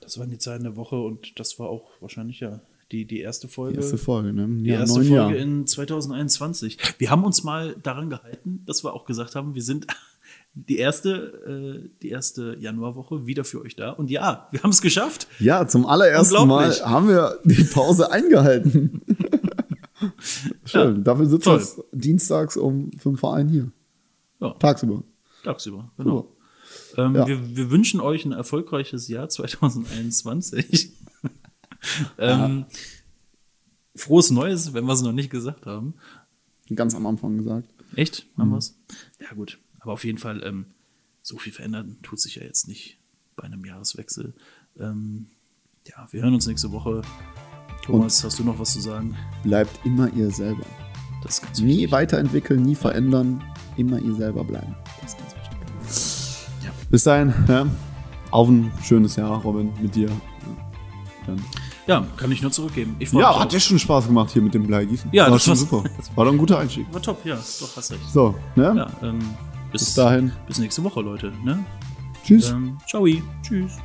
Speaker 2: Das waren die Zahlen der Woche und das war auch wahrscheinlich ja die, die erste Folge.
Speaker 1: Die erste Folge, ne?
Speaker 2: Die
Speaker 1: Ja,
Speaker 2: erste
Speaker 1: neun
Speaker 2: Folge
Speaker 1: Jahre.
Speaker 2: in 2021. Wir haben uns mal daran gehalten, dass wir auch gesagt haben, wir sind *laughs* die erste, äh, die erste Januarwoche wieder für euch da. Und ja, wir haben es geschafft.
Speaker 1: Ja, zum allerersten Mal
Speaker 2: Unglaublich.
Speaker 1: haben wir die Pause
Speaker 2: *laughs*
Speaker 1: eingehalten. Schön. Dafür sitzt
Speaker 2: toll.
Speaker 1: das dienstags um fünf vor 1 hier.
Speaker 2: Ja.
Speaker 1: Tagsüber.
Speaker 2: Tagsüber, genau. Ähm,
Speaker 1: Ja.
Speaker 2: wir, wir wünschen euch ein erfolgreiches
Speaker 1: *laughs*
Speaker 2: Jahr 2021. ähm, Frohes Neues, wenn wir es noch nicht gesagt haben.
Speaker 1: Ganz am Anfang gesagt.
Speaker 2: Echt?
Speaker 1: Mhm.
Speaker 2: Haben wir's? Ja, gut. Aber auf jeden Fall, ähm, so viel verändern tut sich ja jetzt nicht bei einem Jahreswechsel. Ähm, ja, wir hören uns nächste Woche. Thomas, hast du noch was zu sagen?
Speaker 1: Bleibt immer ihr selber.
Speaker 2: Das ist ganz
Speaker 1: Nie weiterentwickeln, nie verändern. Immer ihr selber bleiben. Das ist ganz wichtig.
Speaker 2: Ja.
Speaker 1: Bis dahin, ja. auf ein schönes Jahr, Robin, mit dir. Dann.
Speaker 2: Ja, kann ich nur zurückgeben. Ich freue
Speaker 1: Ja, hat
Speaker 2: mich.
Speaker 1: ja
Speaker 2: auch.
Speaker 1: schon Spaß gemacht hier mit dem Bleigießen.
Speaker 2: Ja,
Speaker 1: war
Speaker 2: das
Speaker 1: schon
Speaker 2: war's.
Speaker 1: super. War doch ein guter Einstieg.
Speaker 2: War top, ja, doch, hast recht.
Speaker 1: So, ne?
Speaker 2: Ja, ähm, bis,
Speaker 1: Bis dahin.
Speaker 2: Bis nächste Woche, Leute. Ne?
Speaker 1: Tschüss.
Speaker 2: Ähm, ciao. Tschüss.